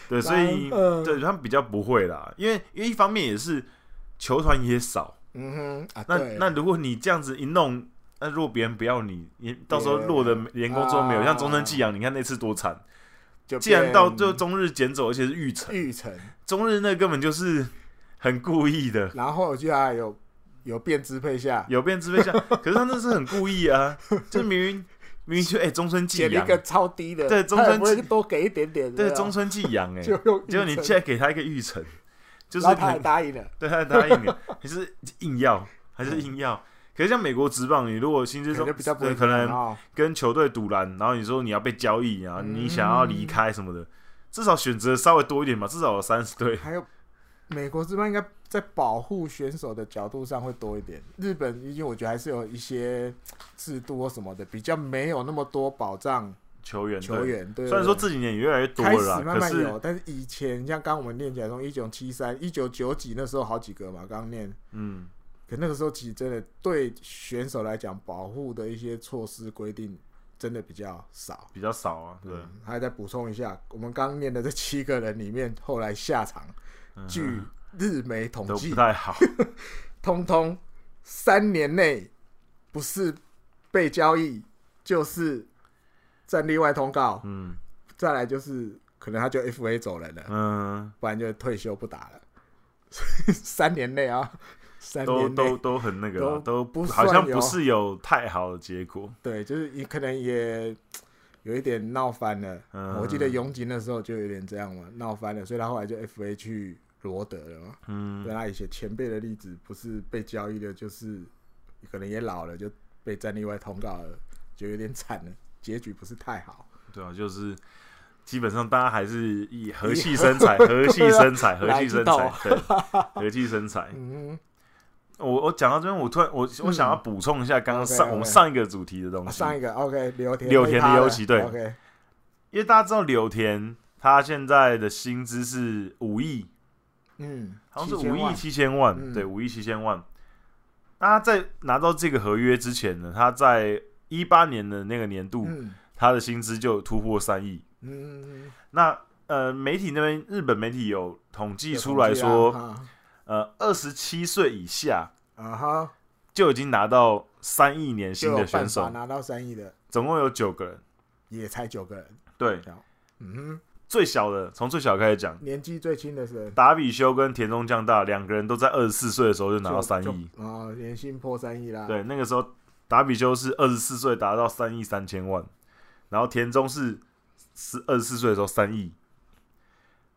B: 对，所以
A: 然后
B: 对他们比较不会啦，因为因为一方面也是球团也少，
A: 嗯哼，啊
B: 那
A: 对
B: 那如果你这样子一弄，那如果别人不要你，也到时候
A: 对
B: 落的连工作都没有，
A: 啊
B: 像中村纪洋，你看那次多惨，
A: 就
B: 既然到
A: 变
B: 最后中日捡走，而且是玉成，
A: 玉成，
B: 中日那根本就是很故意的，
A: 然后接下来有有变支配下，
B: 有变支配下，可是他那是很故意啊，就明明明明就哎、中村纪
A: 捡了
B: 洋
A: 一，个超低的，
B: 对中村
A: 他也不会多给一点点，
B: 对
A: 吧
B: 中村纪洋哎、
A: 就用玉成，
B: 结果你现在给他一个玉成，就是
A: 然后他还
B: 很
A: 答应了，
B: 对他答应了，还是硬要，还是硬要。可是像美国职棒，你如果薪资
A: 可
B: 中
A: 能比较不会
B: 对可能
A: 哦，
B: 跟球队赌篮，然后你说你要被交易啊，
A: 嗯
B: 你想要离开什么的，至少选择稍微多一点吧，至少有三十队。
A: 还有。美国这边应该在保护选手的角度上会多一点，日本因为我觉得还是有一些制度或什么的，比较没有那么多保障
B: 球员
A: 球
B: 队。
A: 员，对，
B: 虽然说这几年也越来越多
A: 开
B: 了
A: 始
B: 啦，
A: 慢
B: 可
A: 慢
B: 是
A: 有，但是以前像刚刚我们念起来，从一九七三、一九九几那时候好几个嘛，刚刚念，
B: 嗯，
A: 可那个时候其实真的对选手来讲，保护的一些措施规定真的比较少。
B: 比较少啊，对，
A: 嗯，还再补充一下，我们刚念的这七个人里面，后来下场，
B: 嗯
A: 据日媒统
B: 都
A: 计
B: 不，太
A: (laughs)
B: 好。
A: 通通三年内不是被交易，就是战例外通告，
B: 嗯
A: 再来就是可能他就 FA 走人了，
B: 嗯，
A: 不然就退休不打了。 (laughs) 三年内啊，三
B: 都
A: 年
B: 都
A: 内
B: 都很那个啦，
A: 都
B: 都
A: 不算
B: 好像
A: 有
B: 不是有太好的结果。
A: 对，就是你可能也有一点闹翻了。
B: 嗯
A: 我记得永吉那时候就有点这样嘛，闹翻了，所以他后来就 FA 去罗德了嘛。
B: 嗯
A: 对他以前前辈的例子，不是被交易的，就是可能也老了，就被战例外通告了，就有点惨了，结局不是太好。
B: 对啊，就是基本上大家还是以和气生财，
A: 啊
B: 和气生财，和气生财，对，和气生财。
A: 嗯，
B: 我我讲到这边，我突然我我想要补充一下刚刚上
A: OK，OK
B: 我们上一个主题的东
A: 啊
B: 西，
A: 上一个 OK 柳田
B: 柳田的
A: 那一趴
B: 游击队
A: ，OK，
B: 因为大家知道柳田他现在的薪资是五亿，
A: 嗯，
B: 好像是
A: 7000
B: 五亿
A: 万
B: 七千万，
A: 嗯
B: 对，五亿七千万。那他在拿到这个合约之前呢，他在一八年的那个年度，
A: 嗯
B: 他的薪资就突破三亿。
A: 嗯，
B: 那呃，媒体那边日本媒体有统计
A: 有
B: 出
A: 统
B: 来
A: 计啊
B: 说，
A: 啊
B: 呃，二十七岁以下
A: 啊哈，
B: 就已经拿到三亿年薪
A: 就有
B: 的
A: 办
B: 选
A: 法
B: 手，
A: 拿到三亿的
B: 总共有九个人。
A: 也才九个人，
B: 对，
A: 嗯
B: 最小的从最小开始讲
A: 哼，，年纪最轻的是
B: 达比修跟田中将大两个人都在二十四岁的时候就拿到三亿。
A: 就哦，年薪破三亿啦，
B: 对，那个时候达比修是二十四岁达到三亿三千万，然后田中是是二十四岁的时候三亿，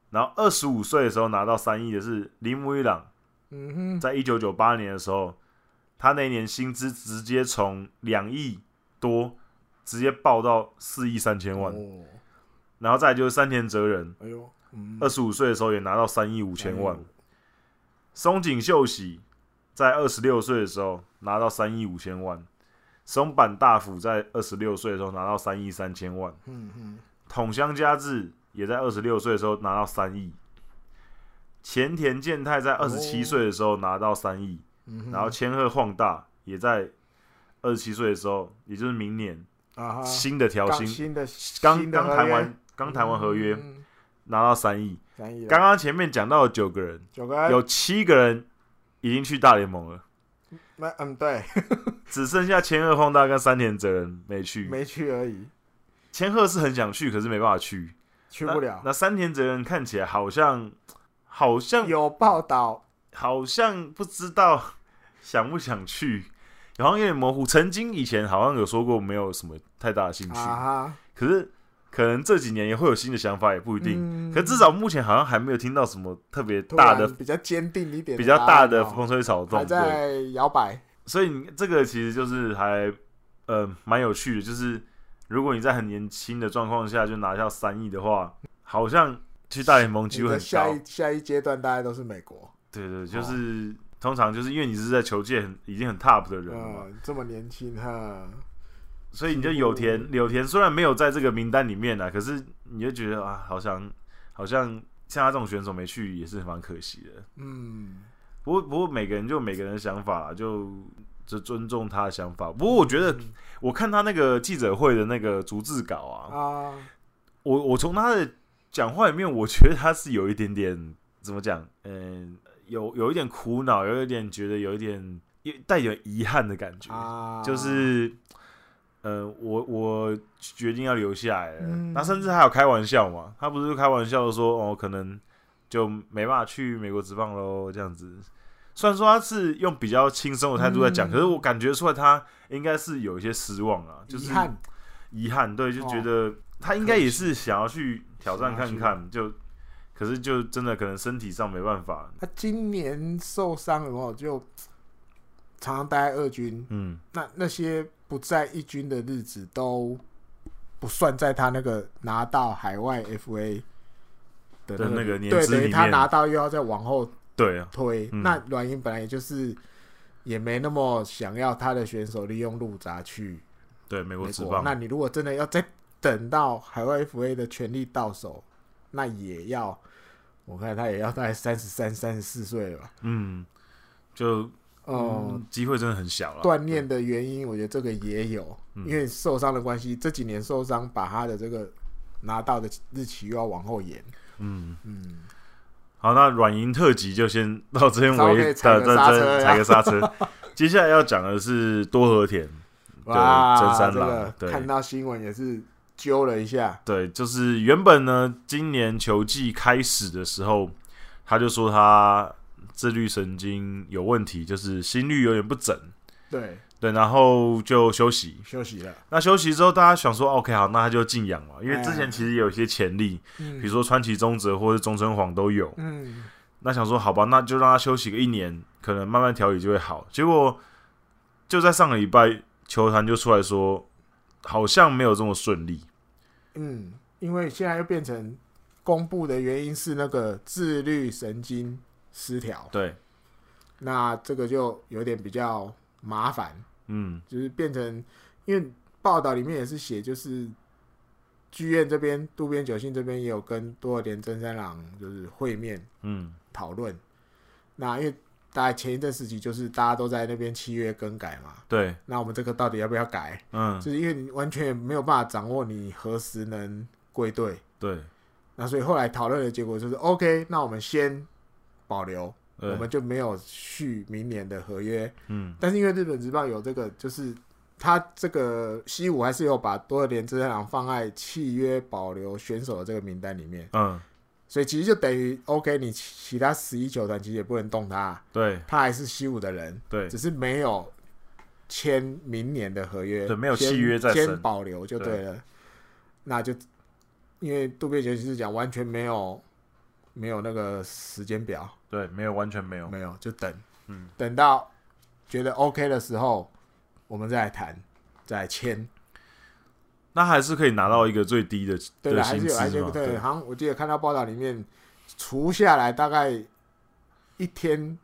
B: 然后二十五岁的时候拿到三亿的是铃木一朗，
A: 嗯哼，
B: 在一九九八年的时候，他那一年薪资直接从两亿多直接爆到四亿三千万，
A: 哦，
B: 然后再来就是山田哲人，
A: 哎呦，嗯，
B: 二十五岁的时候也拿到三亿五千万
A: 哎呦，
B: 松井秀喜在二十六岁的时候拿到三亿五千万，松坂大辅在二十六岁的时候拿到三亿三千万，
A: 嗯嗯，
B: 桶乡佳治也在二十六岁的时候拿到三亿，前田健太在二十七
A: 哦
B: 岁的时候拿到三亿，
A: 嗯哼
B: 然后千鹤晃大也在二十七岁的时候，也就是明年
A: 啊哈，
B: 新的调
A: 刚
B: 薪，
A: 新的
B: 刚
A: 新的
B: 刚
A: 合
B: 谈
A: 约
B: 完刚谈完合约
A: 嗯
B: 拿到三亿，
A: 三亿了，
B: 刚刚前面讲到的九个人。
A: 九个
B: 有七个人已经去大联盟了，
A: 那嗯对，
B: 只剩下千鹤晃大跟山田哲人没去。
A: 没去而已，
B: 千鹤是很想去，可是没办法去，
A: 去不
B: 那
A: 了。
B: 那山田哲人看起来好像，好像
A: 有报道，
B: 好像不知道想不想去，好像有点模糊。曾经以前好像有说过没有什么太大的兴
A: 啊
B: 趣，
A: 哈，
B: 可是可能这几年也会有新的想法，也不一定。
A: 嗯
B: 可至少目前好像还没有听到什么特别
A: 突
B: 大
A: 然
B: 的、
A: 比较坚定一点，
B: 比较大的
A: 风
B: 风吹草动，
A: 哦还
B: 对。
A: 在摇摆，
B: 所以你这个其实就是还呃蛮有趣的，就是如果你在很年轻的状况下就拿下三亿的话，好像去大联盟机
A: 你
B: 会
A: 的
B: 很
A: 下
B: 高
A: 一。下一阶段大概都是美国，
B: 对对，就是、通常就是因为你是在球界很已经很 top 的人了嘛，
A: 嗯，这么年轻哈，
B: 所以你就有
A: 啊
B: 田柳田虽然没有在这个名单里面啊，可是你就觉得啊，好像好像像他这种选手没去也是蛮可惜的。
A: 嗯，
B: 不过不过每个人就有每个人的想法啦，就就尊重他的想法。不过我觉得我看他那个记者会的那个逐字稿啊，
A: 啊，
B: 我我从他的讲话里面，我觉得他是有一点点怎么讲，嗯、有有一点苦恼，有一点觉得有一点有带有遗憾的感觉，
A: 啊，
B: 就是呃，我我决定要留下来了。
A: 嗯
B: 那甚至还有开玩笑嘛，他不是开玩笑说哦，可能就没办法去美国职棒喽，这样子。虽然说他是用比较轻松的态度在讲，
A: 嗯
B: 可是我感觉出来他应该是有一些失望啊，就
A: 遗
B: 是
A: 憾，
B: 遗憾，对，就
A: 哦
B: 觉得他应该也是想要去挑战看
A: 想要
B: 看，就可是就真的可能身体上没办法，
A: 他今年受伤了后就常常待在二军，
B: 嗯，
A: 那那些不在一军的日子都不算在他那个拿到海外 FA 的
B: 的那个年
A: 对，
B: 资
A: 等
B: 里
A: 于
B: 面
A: 他拿到又要再往后
B: 对啊，
A: 推。
B: 嗯
A: 那软银本来也就是也没那么想要他的选手利用路闸去
B: 对，美国
A: 美
B: 职
A: 国，
B: 棒，
A: 那你如果真的要再等到海外 FA 的权利到手，那也要我看他也要大概三十三、三十四岁了吧？
B: 嗯，就
A: 哦、
B: 嗯，机会真的很小了，
A: 锻炼的原因，我觉得这个也有，
B: 嗯
A: 因为受伤的关系，这几年受伤把他的这个拿到的日期又要往后延。
B: 嗯。
A: 嗯，
B: 好，那软银特辑就先到这边
A: 稍微
B: 为
A: 踩
B: 再
A: 个
B: 再
A: 刹车
B: 再踩个刹车。 (laughs) 接下来要讲的是多和田，
A: 哇，
B: 真三
A: 这
B: 郎
A: 个
B: 对
A: 看到新闻也是揪了一下，
B: 对，就是原本呢，今年球季开始的时候，他就说他自律神经有问题，就是心率有点不整，
A: 对，
B: 对，然后就休息。
A: 休息了。
B: 那休息之后，大家想说，OK，好，那哦他就静养嘛，因为之
A: 哎呀
B: 前其实也有一些潜力，比
A: 嗯
B: 如说川崎宗则或是中村晃都有。
A: 嗯，
B: 那想说好吧，那就让他休息个一年，可能慢慢调理就会好。结果就在上个礼拜，球团就出来说，好像没有这么顺利。
A: 嗯，因为现在又变成公布的原因是那个自律神经失调，
B: 对，
A: 那这个就有点比较麻烦。
B: 嗯，
A: 就是变成，因为报道里面也是写，就是剧院这边渡边久信这边也有跟多田真三郎就是会面
B: 嗯
A: 讨论。那因为大概前一阵时期就是大家都在那边契约更改嘛，
B: 对，
A: 那我们这个到底要不要改？
B: 嗯
A: 就是因为你完全没有办法掌握你何时能归队，
B: 对，嗯
A: 那所以后来讨论的结果就是 OK，那我们先保留，
B: 对
A: 我们就没有续明年的合约。
B: 嗯
A: 但是因为日本职棒有这个，就是他这个西武还是有把多连真三郎放在契约保留选手的这个名单里面，
B: 嗯
A: 所以其实就等于 OK，你其其他十一球团其实也不能动他，
B: 对
A: 他还是西武的人，
B: 对
A: 只是没有签明年的合约，
B: 对没有
A: 先
B: 契约在身
A: 先保留就对了。那就因为渡边爵士讲完全没有没有那个时间表，
B: 对，没有完全没有，
A: 没有就等，
B: 嗯
A: 等到觉得 OK 的时候，我们再来谈，再来签。
B: 那还是可以拿到一个最低的
A: 对
B: 的
A: 了，还
B: 薪
A: 是有，还是
B: 资
A: 有，
B: 嘛，
A: 对，
B: 对
A: 好像我记得看到报道里面，除下来大概一天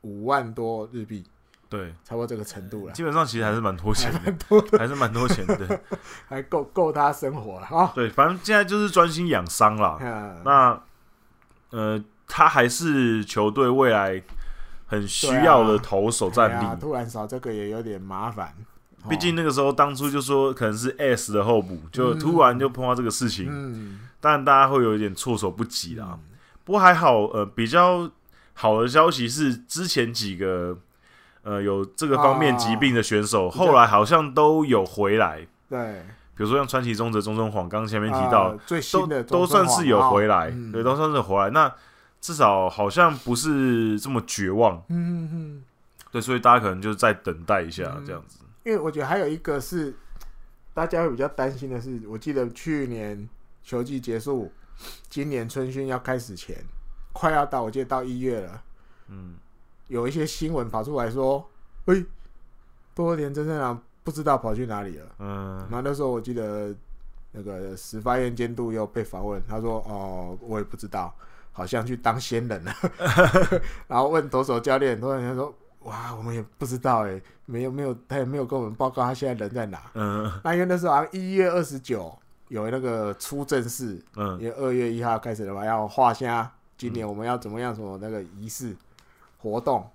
A: 五万多日币，
B: 对，
A: 差不多这个程度了，
B: 基本上其实还是蛮多钱的，还是蛮多钱的，
A: 还够够他生活了啊。
B: 对，反正现在就是专心养伤啦，
A: 嗯，
B: 啊那呃，他还是球队未来很需要的投手战
A: 哎呀
B: 力。
A: 突然少这个也有点麻烦，哦
B: 毕竟那个时候当初就说可能是 S 的候补，就
A: 嗯
B: 突然就碰到这个事情，
A: 嗯，
B: 当然大家会有一点措手不及啦。不过还好，呃，比较好的消息是之前几个。呃，有这个方面疾病的选手，
A: 啊比较
B: 后来好像都有回来，
A: 对，
B: 比如说像川崎中泽、中中晃，刚刚前面提
A: 啊
B: 到，
A: 最
B: 都
A: 新的
B: 都算是有回
A: 来，
B: 来，
A: 嗯
B: 对，都算是有回来。那至少好像不是这么绝望，
A: 嗯嗯嗯，
B: 对，所以大家可能就再等待一下
A: 嗯
B: 这样子。
A: 因为我觉得还有一个是大家会比较担心的是，我记得去年球季结束，今年春训要开始前，快要到，我记得到一月了，
B: 嗯，
A: 有一些新闻跑出来说，哎、多田真正郎不知道跑去哪里了。
B: 嗯，
A: 然后那时候我记得那个十发院监督又被访问，他说：“哦，我也不知道，好像去当仙人了。” (laughs) 然后问投手教练，投手教练说：“哇，我们也不知道哎，没有没有，他也没有跟我们报告他现在人在哪。
B: 嗯”
A: 那因为那时候好像一月二十九有那个出阵式，
B: 嗯，
A: 因为二月一号开始了嘛，要画虾，今年我们要怎么样什么那个仪式活动，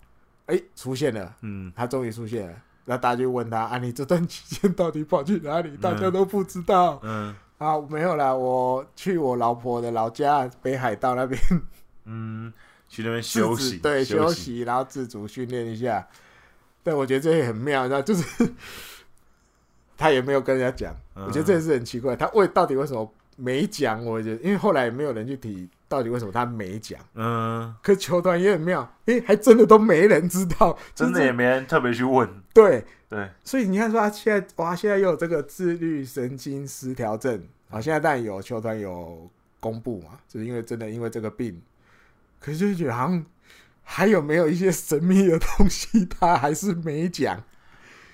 A: 哎，出现了。
B: 嗯，
A: 他终于出现了。那大家就问他啊，你这段期间到底跑去哪里？大家都不知道、
B: 嗯，
A: 啊。没有啦，我去我老婆的老家北海道那边
B: 嗯，去那边
A: 自
B: 休
A: 主
B: 息，
A: 对，休
B: 息，
A: 息，然后自主训练一下。对，我觉得这也很妙，那就是他也没有跟人家讲，
B: 嗯
A: 我觉得这也是很奇怪。他为到底为什么没讲？我觉得，因为后来也没有人去提到底为什么他没讲。
B: 嗯，
A: 可球团也很妙，诶、还真的都没人知道，
B: 真的
A: 就是
B: 也没人特别去问，
A: 对，
B: 对，
A: 所以你看说他现在哇，现在又有这个自律神经失调症啊，现在当然有球团有公布嘛，就是因为真的因为这个病，可是就觉得好像还有没有一些神秘的东西他还是没
B: (laughs)
A: 讲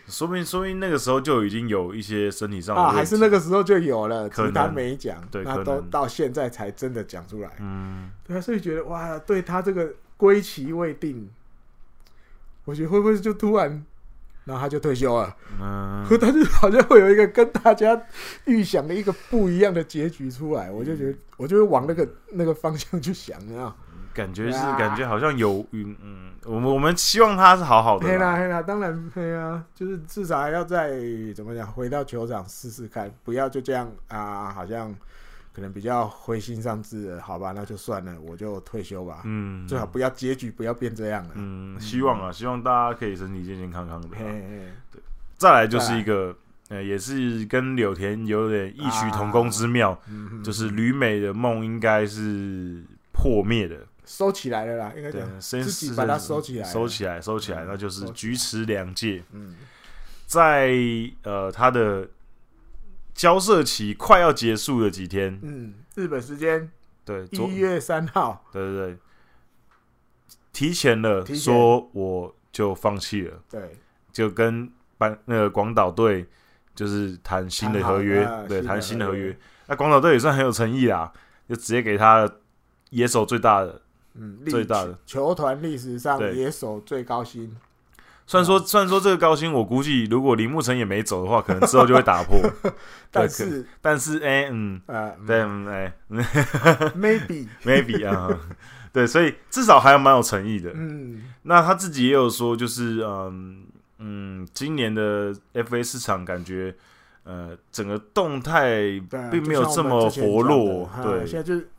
B: 说明说明那个时候就已经有一些身体上的
A: 啊，
B: 问题，
A: 还是那个时候就有了，
B: 哦可
A: 只是他
B: 能
A: 没讲，
B: 对
A: 那
B: 可
A: 都
B: 能
A: 到现在才真的讲出来，
B: 嗯，
A: 对啊，所以觉得哇，对他这个归期未定，我觉得会不会就突然，然后他就退休了。(laughs)
B: 嗯
A: 可但是好像会有一个跟大家预想的一个不一样的结局出
B: 嗯
A: 来，我就觉得我就会往那个那个方向去想啊。
B: 感觉是
A: 啊
B: 感觉好像有，嗯嗯，我们我们希望他是好好的
A: 嘿啦
B: 啦，
A: 嘿啦，当然嘿啊，就是至少还要再怎么讲，回到球场试试看，不要就这样啊，好像可能比较灰心丧志了，好吧，那就算了，我就退休吧，
B: 嗯，
A: 最好不要结局不要变这样了。
B: 嗯，希望啊，希望大家可以身体健健康康的啊
A: 嘿。嘿，
B: 再来就是一个，呃，也是跟柳田有点异曲同工之妙，
A: 啊嗯，
B: 就是旅美的梦应该是破灭的，
A: 收起来了啦，应该
B: 对啊
A: 讲，，
B: 先
A: 自己把它收起来
B: 收起来，收起来，
A: 嗯
B: 那就是
A: 收起来
B: 菊池良介
A: 嗯，
B: 在呃他的交涉期快要结束的几天，
A: 嗯，日本时间
B: 对，昨
A: 一月三号，
B: 对对对，提前了
A: 提前
B: 说我就放弃了。
A: 对，
B: 就跟板那个广岛队就是谈新的合约
A: 谈好，了啊
B: 对，
A: 新的
B: 谈新的合
A: 合
B: 约
A: 约。
B: 那广岛队也算很有诚意啦，就直接给他野手最大的，
A: 嗯，
B: 最
A: 历
B: 大的
A: 球团历史上
B: 对
A: 野手最高薪，
B: 虽然说，虽然说这个高薪，我估计如果铃木成也没走的话，可能之后就
A: (laughs)
B: 会打破。
A: 但是
B: 但是，哎、嗯，
A: 呃嗯
B: 对，嗯，哎、
A: ，maybe，
B: m a y b e 啊， (laughs) 对，所以至少还蛮有诚意的。
A: 嗯，
B: 那他自己也有说，就是嗯嗯，今年的 FA 市场感觉呃整个动态
A: 对啊，
B: 并
A: 就
B: 没有
A: 像
B: 这
A: 我们
B: 么
A: 之前
B: 活
A: 讲的
B: 络
A: 啊
B: 对
A: 现在就是，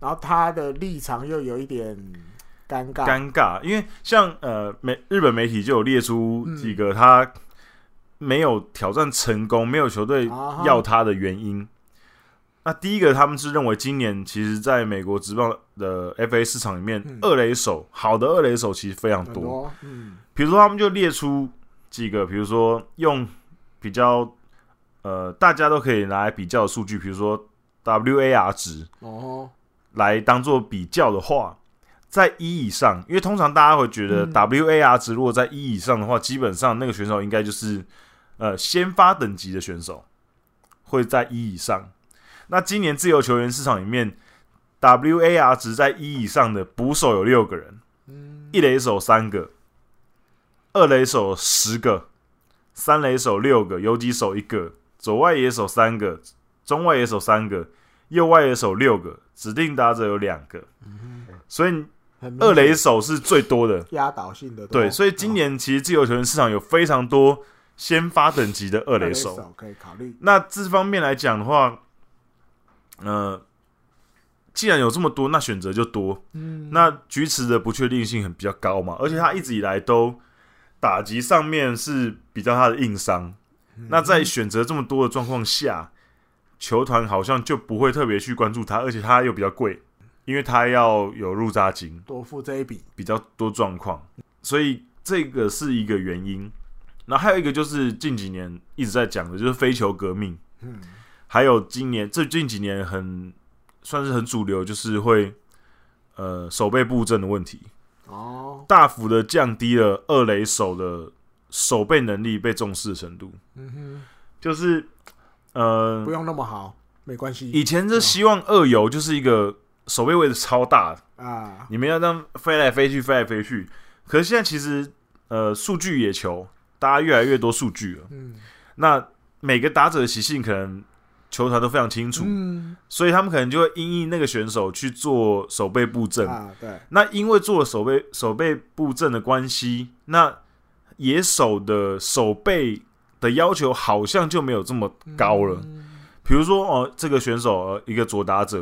A: 然后他的立场又有一点尴尬，
B: 尴尬，因为像呃美日本媒体就有列出
A: 嗯
B: 几个他没有挑战成功、没有球队
A: 啊哈
B: 要他的原因。那第一个，他们是认为今年其实在美国职棒的 FA 市场里面，
A: 嗯
B: 二垒手好的二垒手其实非常
A: 很
B: 多，
A: 多，嗯，
B: 比如说，他们就列出几个，比如说用比较呃大家都可以拿来比较的数据，比如说 WAR 值
A: 哦，
B: 来当做比较的话，在一以上，因为通常大家会觉得
A: 嗯
B: WAR 值如果在一以上的话，基本上那个选手应该就是呃先发等级的选手会在 E 一以上。那今年自由球员市场里面，WAR 值在 E 一以上的捕手有六个人。
A: 嗯，
B: 一垒手三个，二垒手十个，三垒手六个，游击手一个，左外野手三个，中外野手三个，右外野手六个，指定打者有两个，所以
A: 很明
B: 二垒
A: 显
B: 手是最多的。
A: 压倒性的多，
B: 对，所以今年其实自由球员市场有非常多先发等级的
A: 哦
B: 二
A: 二
B: 垒手。
A: 手可以考虑，
B: 那这方面来讲的话，呃，既然有这么多，那选择就多。
A: 嗯，
B: 那菊池的不确定性很比较高嘛，而且他一直以来都打击上面是比较他的硬伤。那在选择这么多的状况下，球团好像就不会特别去关注他，而且他又比较贵，因为他要有入扎金，
A: 多付这一笔，
B: 比较多状况，所以这个是一个原因。然后还有一个就是近几年一直在讲的，就是非球革命，
A: 嗯，
B: 还有今年最近几年很算是很主流，就是会呃手背布阵的问题。
A: 哦，
B: 大幅的降低了二垒手的守备能力被重视的程度。
A: 嗯
B: 就是
A: 哼，
B: 呃
A: 不，用那么好，没关系
B: 以前是希望二游就是一个守备位置超大，
A: 啊，
B: 你们要这样飞来飞去，飞来飞去。可是现在其实呃，数据野球，大家越来越多数据了。
A: 嗯，
B: 那每个打者的习性可能球团都非常清楚，
A: 嗯，
B: 所以他们可能就会因应那个选手去做守备布阵。
A: 啊，对，
B: 那因为做了守备守备布阵的关系，那野手的守备的要求好像就没有这么高了。
A: 嗯
B: 比如说，哦、这个选手呃，一个左打者，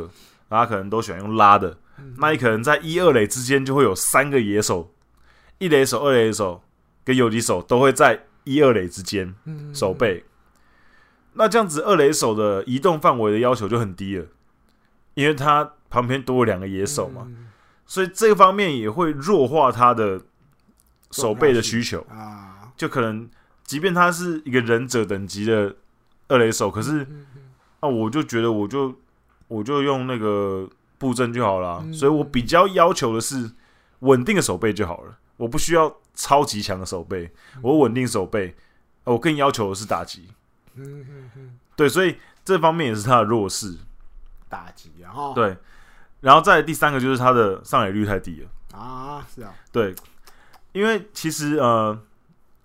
B: 然后他可能都喜欢用拉的，
A: 嗯
B: 那你可能在一二垒之间就会有三个野手，一垒手、二垒手跟游击手都会在一二垒之间
A: 嗯
B: 守备。那这样子，二垒手的移动范围的要求就很低了，因为他旁边多了两个野手嘛。，
A: 嗯
B: 所以这方面也会弱化他的手背的需求，
A: 啊，
B: 就可能即便他是一个忍者等级的二垒手，可是
A: 嗯嗯
B: 啊，我就觉得我就我就用那个布阵就好了，
A: 嗯
B: 所以我比较要求的是稳定的手背就好了，我不需要超级强的手背，我稳定手背，啊我更要求的是打击，
A: 嗯嗯嗯，
B: 对，所以这方面也是他的弱势，
A: 打击啊，哈，
B: 对，然后再来第三个就是他的上垒率太低了。
A: 啊，是啊，
B: 对，因为其实呃，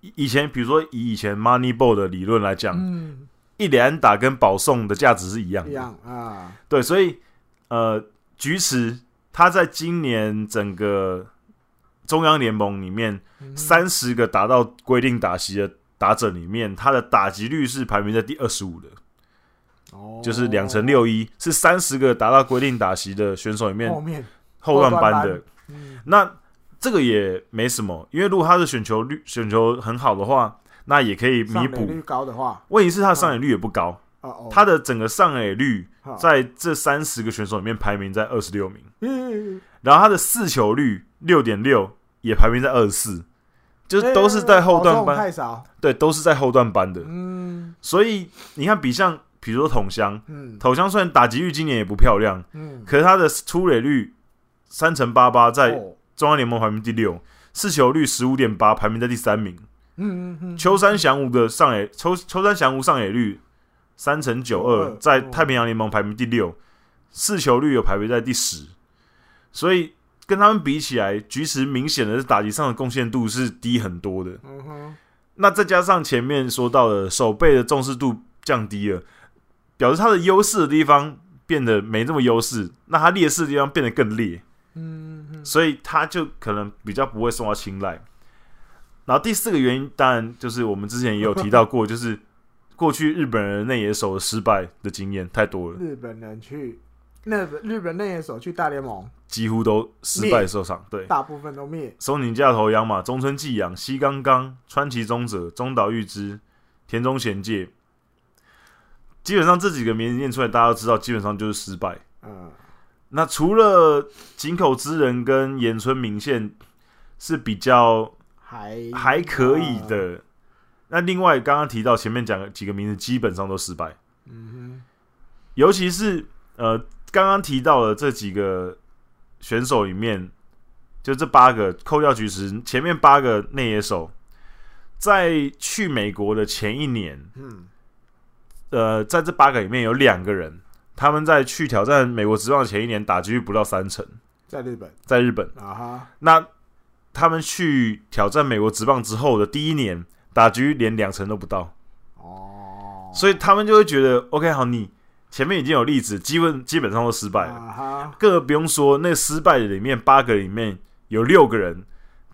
B: 以以前比如说以以前 Moneyball 的理论来讲，
A: 嗯，
B: 一连打跟保送的价值是一样的。
A: 一样啊，
B: 对，所以呃，菊池他在今年整个中央联盟里面，
A: 嗯
B: 三十个达到规定打席的打者里面，他的打击率是排名在第二十五的，
A: 哦
B: 就是两成六一，是三十个达到规定打席的选手里面
A: 后面，
B: 后段班
A: 哦后段
B: 的
A: 班。嗯
B: 那这个也没什么，因为如果他的选球率选球很好的话，那也可以弥
A: 嗯上垒率
B: 补。
A: 高的话，
B: 问题是他的上垒率也不高，
A: 哦哦，
B: 他的整个上垒率
A: 好
B: 在这三十个选手里面排名在二十六名，
A: 嗯，
B: 然后他的四球率六点六也排名在二十四，就是都是在后段
A: 保送
B: 班，
A: 太少，
B: 对，都是在后段班的。
A: 嗯
B: 所以你看，比像比如说桶香，
A: 嗯
B: 桶香虽然打击率今年也不漂亮，
A: 嗯，
B: 可是他的出垒率三乘八八在
A: 哦
B: 中央联盟排名第六，四球率十五点八，排名在第三名。
A: 嗯嗯嗯，
B: 秋山翔吾的上垒，秋秋山翔吾上垒率三乘九二，
A: 92
B: 在太平洋联盟排名第六，四球率有排名在第十。所以跟他们比起来，菊池明显的是打击上的贡献度是低很多的。
A: 嗯哼，
B: 那再加上前面说到的手背的重视度降低了，表示他的优势的地方变得没这么优势，那他劣势的地方变得更劣。
A: 嗯哼，
B: 所以他就可能比较不会受到青睐。然后第四个原因，当然就是我们之前也有提到过，就是过去日本人内野手的失败的经验太多了，
A: 日本人去日本日本内野手去大联盟，
B: 几乎都失败收场。
A: (laughs)
B: 对，
A: 大部分都灭。
B: 松井架头、洋马、中村纪洋、西冈刚、川崎宗则、中岛裕之、田中贤介，基本上这几个名字念出来，大家都知道，基本上就是失败。
A: 嗯，
B: 那除了井口之人跟岩村明宪是比较
A: 还
B: 还可以。的。那另外刚刚提到前面讲的几个名字，基本上都失败，
A: 嗯
B: 尤其是呃刚刚提到的这几个选手里面，就这八个扣掉菊池，前面八个内野手，在去美国的前一年，
A: 哼，嗯，
B: 呃，在这八个里面有两个人，他们在去挑战美国职棒的前一年打击率不到三成，
A: 在日本
B: 在日本。
A: 啊哈，
B: 那他们去挑战美国职棒之后的第一年，打击率连两成都不到。
A: 哦，
B: 所以他们就会觉得，OK，好，你前面已经有例子，基本基本上都失败了，
A: 啊哈，
B: 更不用说那失败的里面八个里面有六个人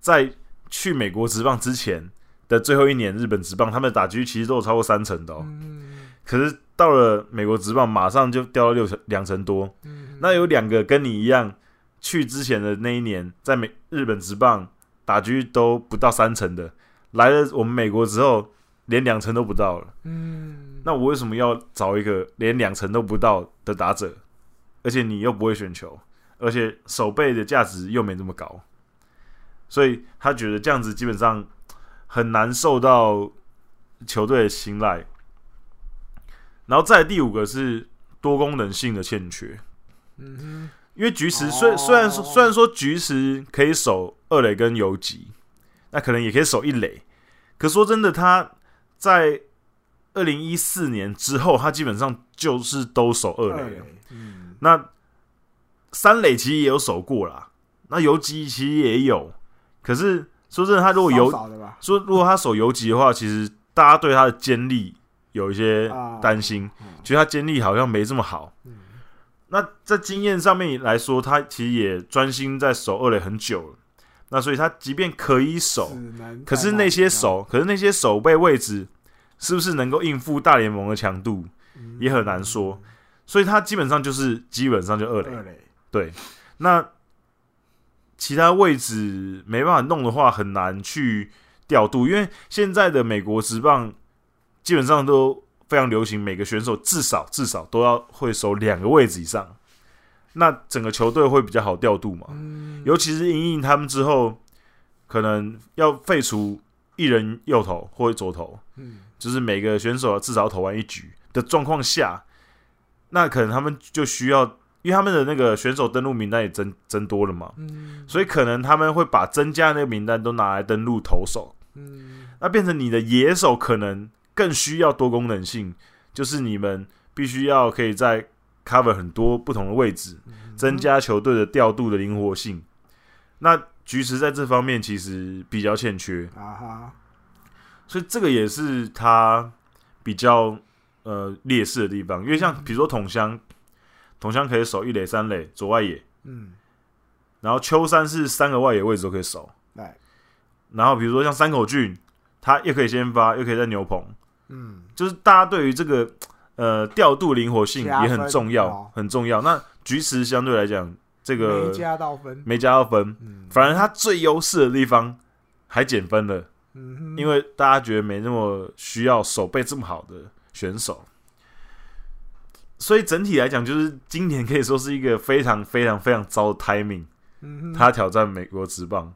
B: 在去美国职棒之前的最后一年，日本职棒他们的打击率其实都有超过三成的、哦，
A: 嗯
B: 可是到了美国职棒马上就掉到六成两成多，
A: 嗯，
B: 那有两个跟你一样去之前的那一年在美日本职棒打击率都不到三成的，来了我们美国之后连两成都不到了。
A: 嗯，
B: 那我为什么要找一个连两成都不到的打者，而且你又不会选球，而且手背的价值又没这么高，所以他觉得这样子基本上很难受到球队的青睐。然后再来第五个是多功能性的欠缺，
A: 嗯
B: 因为菊池虽虽然说虽然说菊池可以守二垒跟游击，那可能也可以守一垒，可说真的，他在二零一四年之后，他基本上就是都守
A: 哼，
B: 二垒了。，
A: 嗯，
B: 那三垒其实也有守过啦，那游击其实也有，可是说真的，他如果游
A: 少少的吧，
B: 说如果他守游击的话，其实大家对他的监力有一些
A: 啊
B: 担心，
A: 嗯
B: 觉得他监力好像没这么好。
A: 嗯
B: 那在经验上面来说，他其实也专心在守二垒很久了。那所以他即便可以守
A: 只，能
B: 可是
A: 在
B: 那些
A: 里
B: 守，可是那些守备位置是不是能够应付大联盟的强度，
A: 嗯
B: 也很难说。所以他基本上就是基本上就二垒。
A: 二垒，
B: 对，那其他位置没办法弄的话，很难去调度，因为现在的美国职棒基本上都非常流行，每个选手至少至少都要会守两个位置以上，那整个球队会比较好调度嘛。
A: 嗯，
B: 尤其是因应他们之后，可能要废除一人右投或左投，
A: 嗯
B: 就是每个选手至少要投完一局的状况下，那可能他们就需要，因为他们的那个选手登录名单也增增多了嘛，
A: 嗯
B: 所以可能他们会把增加的那个名单都拿来登录投手，
A: 嗯
B: 那变成你的野手可能更需要多功能性，就是你们必须要可以在 cover 很多不同的位置，
A: 嗯
B: 增加球队的调度的灵活性。那菊池在这方面其实比较欠缺，
A: 啊哈，
B: 所以这个也是他比较呃劣势的地方。因为
A: 嗯
B: 像比如说桶香，桶香可以守一垒、三垒、左外野，
A: 嗯，
B: 然后秋山是三个外野位置都可以守。
A: 对，
B: 然后比如说像山口俊，他又可以先发，又可以在牛棚，
A: 嗯
B: 就是大家对于这个呃调度灵活性
A: 加
B: 也很
A: 分
B: 重要，
A: 哦
B: 很重要。那菊池相对来讲，这个
A: 没加到分，
B: 没加到分，
A: 嗯
B: 反而他最优势的地方还减分了，
A: 嗯哼，
B: 因为大家觉得没那么需要手背这么好的选手，所以整体来讲，就是今年可以说是一个非常非常非常糟的 timing，
A: 嗯哼
B: 他挑战美国职棒，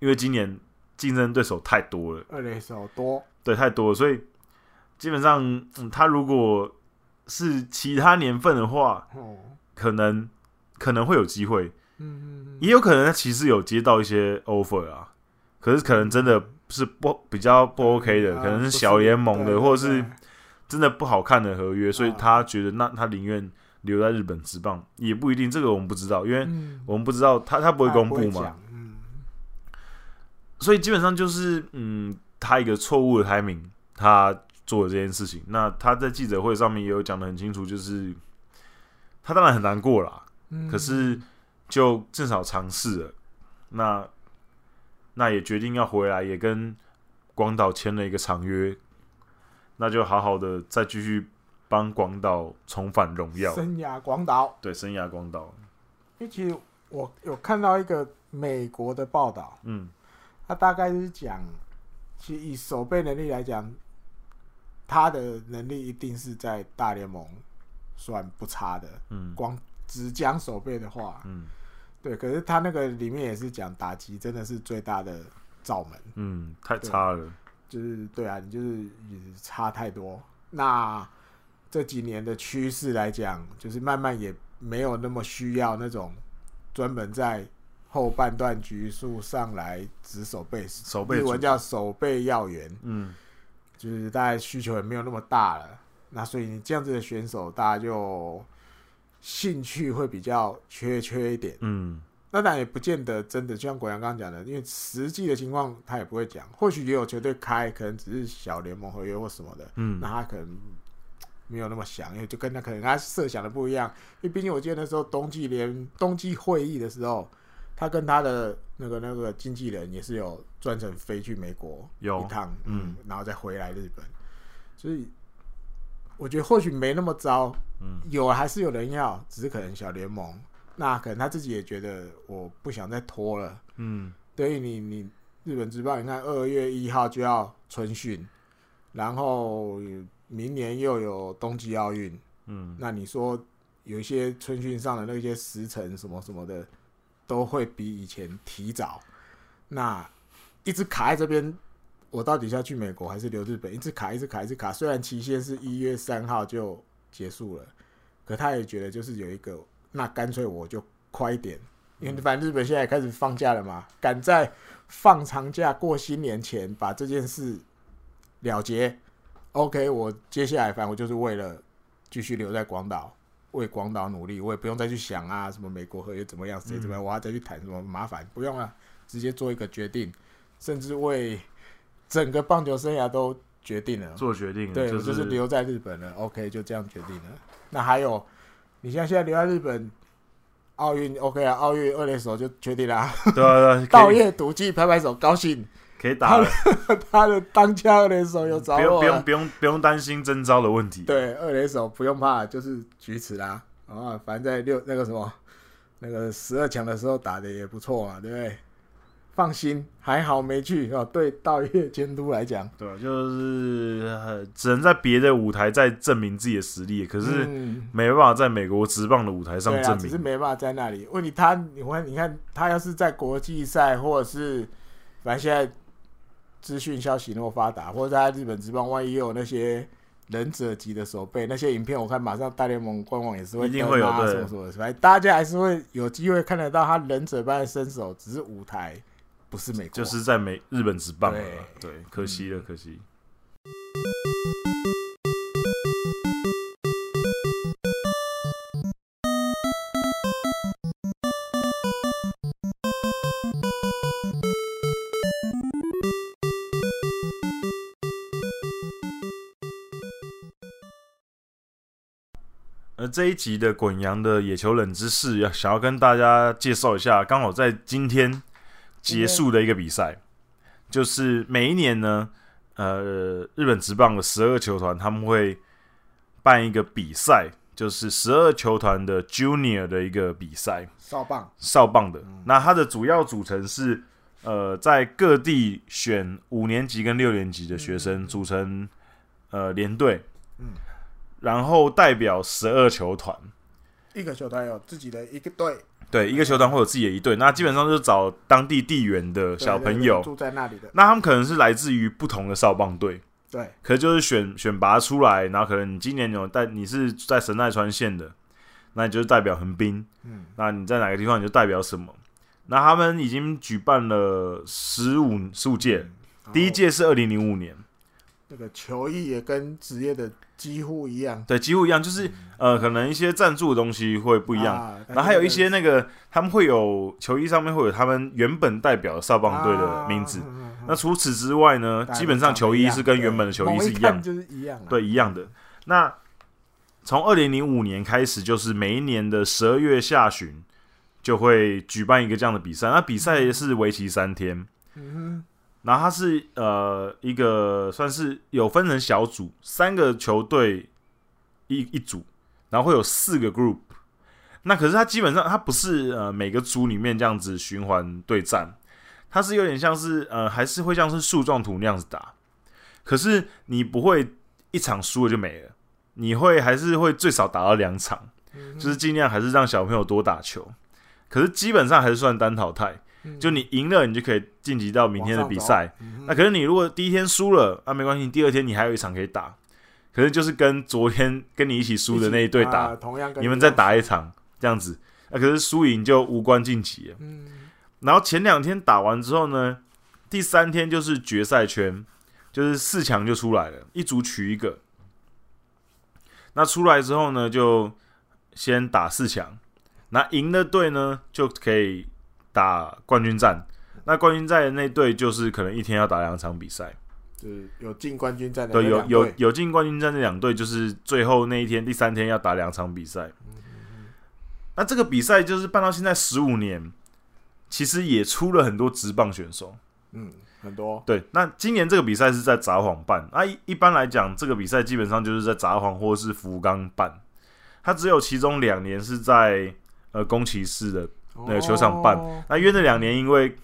B: 因为今年竞争对手太多了，
A: 二垒手多，
B: 对，太多了，所以基本上、嗯他如果是其他年份的话，
A: 哦，
B: 可能可能会有机会，
A: 嗯，
B: 也有可能他其实有接到一些 offer 啊，可是可能真的是不比较不 OK 的，
A: 啊
B: 可能是小联盟
A: 不
B: 的，
A: 对
B: 或者
A: 对
B: 是真的不好看的合约，所以
A: 啊
B: 他觉得那他宁愿留在日本职棒，也不一定，这个我们不知道，因为
A: 嗯，
B: 我们不知道他他哎不会
A: 他
B: 公
A: 不
B: 布嘛
A: 讲，，嗯，
B: 所以基本上就是嗯，他一个错误的 timing，他做了这件事情。那他在记者会上面也有讲的很清楚，就是他当然很难过啦，
A: 嗯
B: 可是就至少尝试了。那那也决定要回来，也跟广岛签了一个长约，那就好好的再继续帮广岛重返荣耀。
A: 生涯广岛，
B: 对，生涯广岛，
A: 因为其实我有看到一个美国的报道，
B: 嗯
A: 他大概是讲，其实以守备能力来讲，他的能力一定是在大联盟算不差的，
B: 嗯
A: 光只讲守备的话，
B: 嗯
A: 对，可是他那个里面也是讲打击真的是最大的罩门，
B: 嗯，太差了。
A: 就是对啊，你就是也差太多。那这几年的趋势来讲，就是慢慢也没有那么需要那种专门在后半段局数上来值守备，
B: 守备
A: 日文
B: 组
A: 叫守备要员，
B: 嗯
A: 就是大家需求也没有那么大了。那所以你这样子的选手，大家就兴趣会比较缺缺一点。
B: 嗯
A: 那当然也不见得真的，就像国阳刚刚讲的，因为实际的情况他也不会讲。或许也有球队开，可能只是小联盟合约或什么的，
B: 嗯
A: 那他可能没有那么想，因为就跟他可能他设想的不一样。因为毕竟我记得那时候冬季联冬季会议的时候，他跟他的那个那个经纪人也是有专程飞去美国
B: 有
A: 一趟，
B: 嗯
A: 嗯，然后再回来日本，所以我觉得或许没那么糟，
B: 嗯，
A: 有还是有人要，只是可能小联盟，那可能他自己也觉得我不想再拖了。
B: 嗯
A: 对于你，你日本职棒，你看二月一号就要春训，然后明年又有冬季奥运，
B: 嗯
A: 那你说有一些春训上的那些时辰什么什么的，都会比以前提早。那一直卡在这边，我到底是要去美国还是留日本？一直卡，一直卡，一直卡。虽然期限是一月三号就结束了，可他也觉得就是有一个，那干脆我就快一点，因为反正日本现在也开始放假了嘛，赶在放长假过新年前把这件事了结。OK，我接下来反正我就是为了继续留在广岛，为广岛努力，我也不用再去想啊，什么美国合约怎么样，谁怎么样，我要再去谈什么麻烦，不用了，直接做一个决定，甚至为整个棒球生涯都决定了。
B: 做决定了
A: 对，
B: 嗯就
A: 我就是是留在日本了。OK，就这样决定了。那还有，你像现在留在日本，奥运 OK 啊，奥运二垒手就确定啦、(laughs)
B: 对啊对啊，
A: 道
B: 可以
A: 业赌技拍拍手，高兴 (laughs)
B: 可以打了，
A: 他的当家二垒手有
B: 不
A: 掌
B: 用
A: 握
B: 不用
A: 了。
B: 不用不用担心征招的问题。
A: 对，二垒手不用怕，就是菊池啦。啊，反正在六那个什么那个十二强的时候打的也不错啊嘛，对不对？放心，还好没去哦。对道业监督来讲，
B: 对啊，就是、呃只能在别的舞台再证明自己的实力，可是
A: 嗯
B: 没办法在美国职棒的舞台上
A: 对啊，
B: 证
A: 只是
B: 明。
A: 没办法在那里。问题他，你看，你看他要是在国际赛，或者是反正现在资讯消息那么发达，或者在日本职棒，万一有那些忍者级的手背，那些影片我看马上大联盟官网也是会
B: 一定
A: 登
B: 会有
A: 啊
B: 对
A: 什么什么的，反正大家还是会有机会看得到他忍者般的身手，只是舞台不是美国，
B: 就是在美日本职棒了啦，对，可惜了，可惜。呃，这一集的滚羊的野球冷知识，要想要跟大家介绍一下，刚好在今天结束的一个比赛，就是每一年呢，呃，日本职棒的十二球团他们会办一个比赛，就是十二球团的 Junior 的一个比赛，
A: 少棒，
B: 少棒的。
A: 嗯
B: 那它的主要组成是，呃，在各地选五年级跟六年级的学生组成呃联队，
A: 嗯
B: 然后代表十二球团。
A: 一个球团有自己的一个队，
B: 对，一个球团会有自己的一队，那基本上就是找当地地缘的小
A: 对对
B: 朋
A: 对
B: 友，
A: 住在那里的，
B: 那他们可能是来自于不同的少棒队，
A: 对，
B: 可就是选选拔出来，然后可能你今年有代你是在神奈川县的，那你就是代表横滨，
A: 嗯，
B: 那你在哪个地方你就代表什么。那他们已
A: 哦
B: 经举办了十五十五届，第一届是二零零五年，
A: 这个球衣也跟职业的几乎一样，
B: 对，几乎一样，就是呃，可能一些赞助的东西会不一样，
A: 啊
B: 然后还有一些那个他们会有球衣上面会有他们原本代表的少棒队
A: 啊
B: 的名
A: 嗯
B: 字。，那除此之外呢，基本上球衣是跟原本的球衣是一
A: 一
B: 样，
A: 就是一样啊。
B: 对，一样的。那从二零零五年开始，就是每一年的十二月下旬就会举办一个这样的比赛。那比赛是为期三天，
A: 嗯
B: 然后它是呃一个算是有分成小组，三个球队一一组，然后会有四个 group。那可是它基本上它不是呃每个组里面这样子循环对战，它是有点像是呃还是会像是树状图那样子打，可是你不会一场输了就没了，你会还是会最少打到两场，
A: 嗯哼，
B: 就是尽量还是让小朋友多打球。可是基本上还是算单淘汰，
A: 嗯
B: 就你赢了，你就可以晋级到明天的比赛。
A: 嗯
B: 那可是你如果第一天输了，那、没关系，第二天你还有一场可以打。可是就是跟昨天跟你一起输的那一队打，
A: 啊同样跟
B: 你们再，打一场这样子。那、可是输赢就无关晋级了。
A: 嗯，
B: 然后前两天打完之后呢，第三天就是决赛圈，就是四强就出来了，一组取一个。那出来之后呢，就先打四强，那赢的队呢就可以打冠军战。那冠军赛的那队就是可能一天要打两场比赛。
A: 就是有进冠军战的
B: 对，
A: 那
B: 有
A: 两
B: 有
A: 队
B: 有进冠军战的两队，就是最后那一天第三天要打两场比赛。
A: 嗯
B: 那这个比赛就是办到现在十五年，其实也出了很多职棒选手。
A: 嗯很多，
B: 对，那今年这个比赛是在札幌办，那、一一般来讲，这个比赛基本上就是在札幌或是福冈办，它只有其中两年是在呃宫崎市的，那个球场办
A: 哦
B: 那因为那两年因为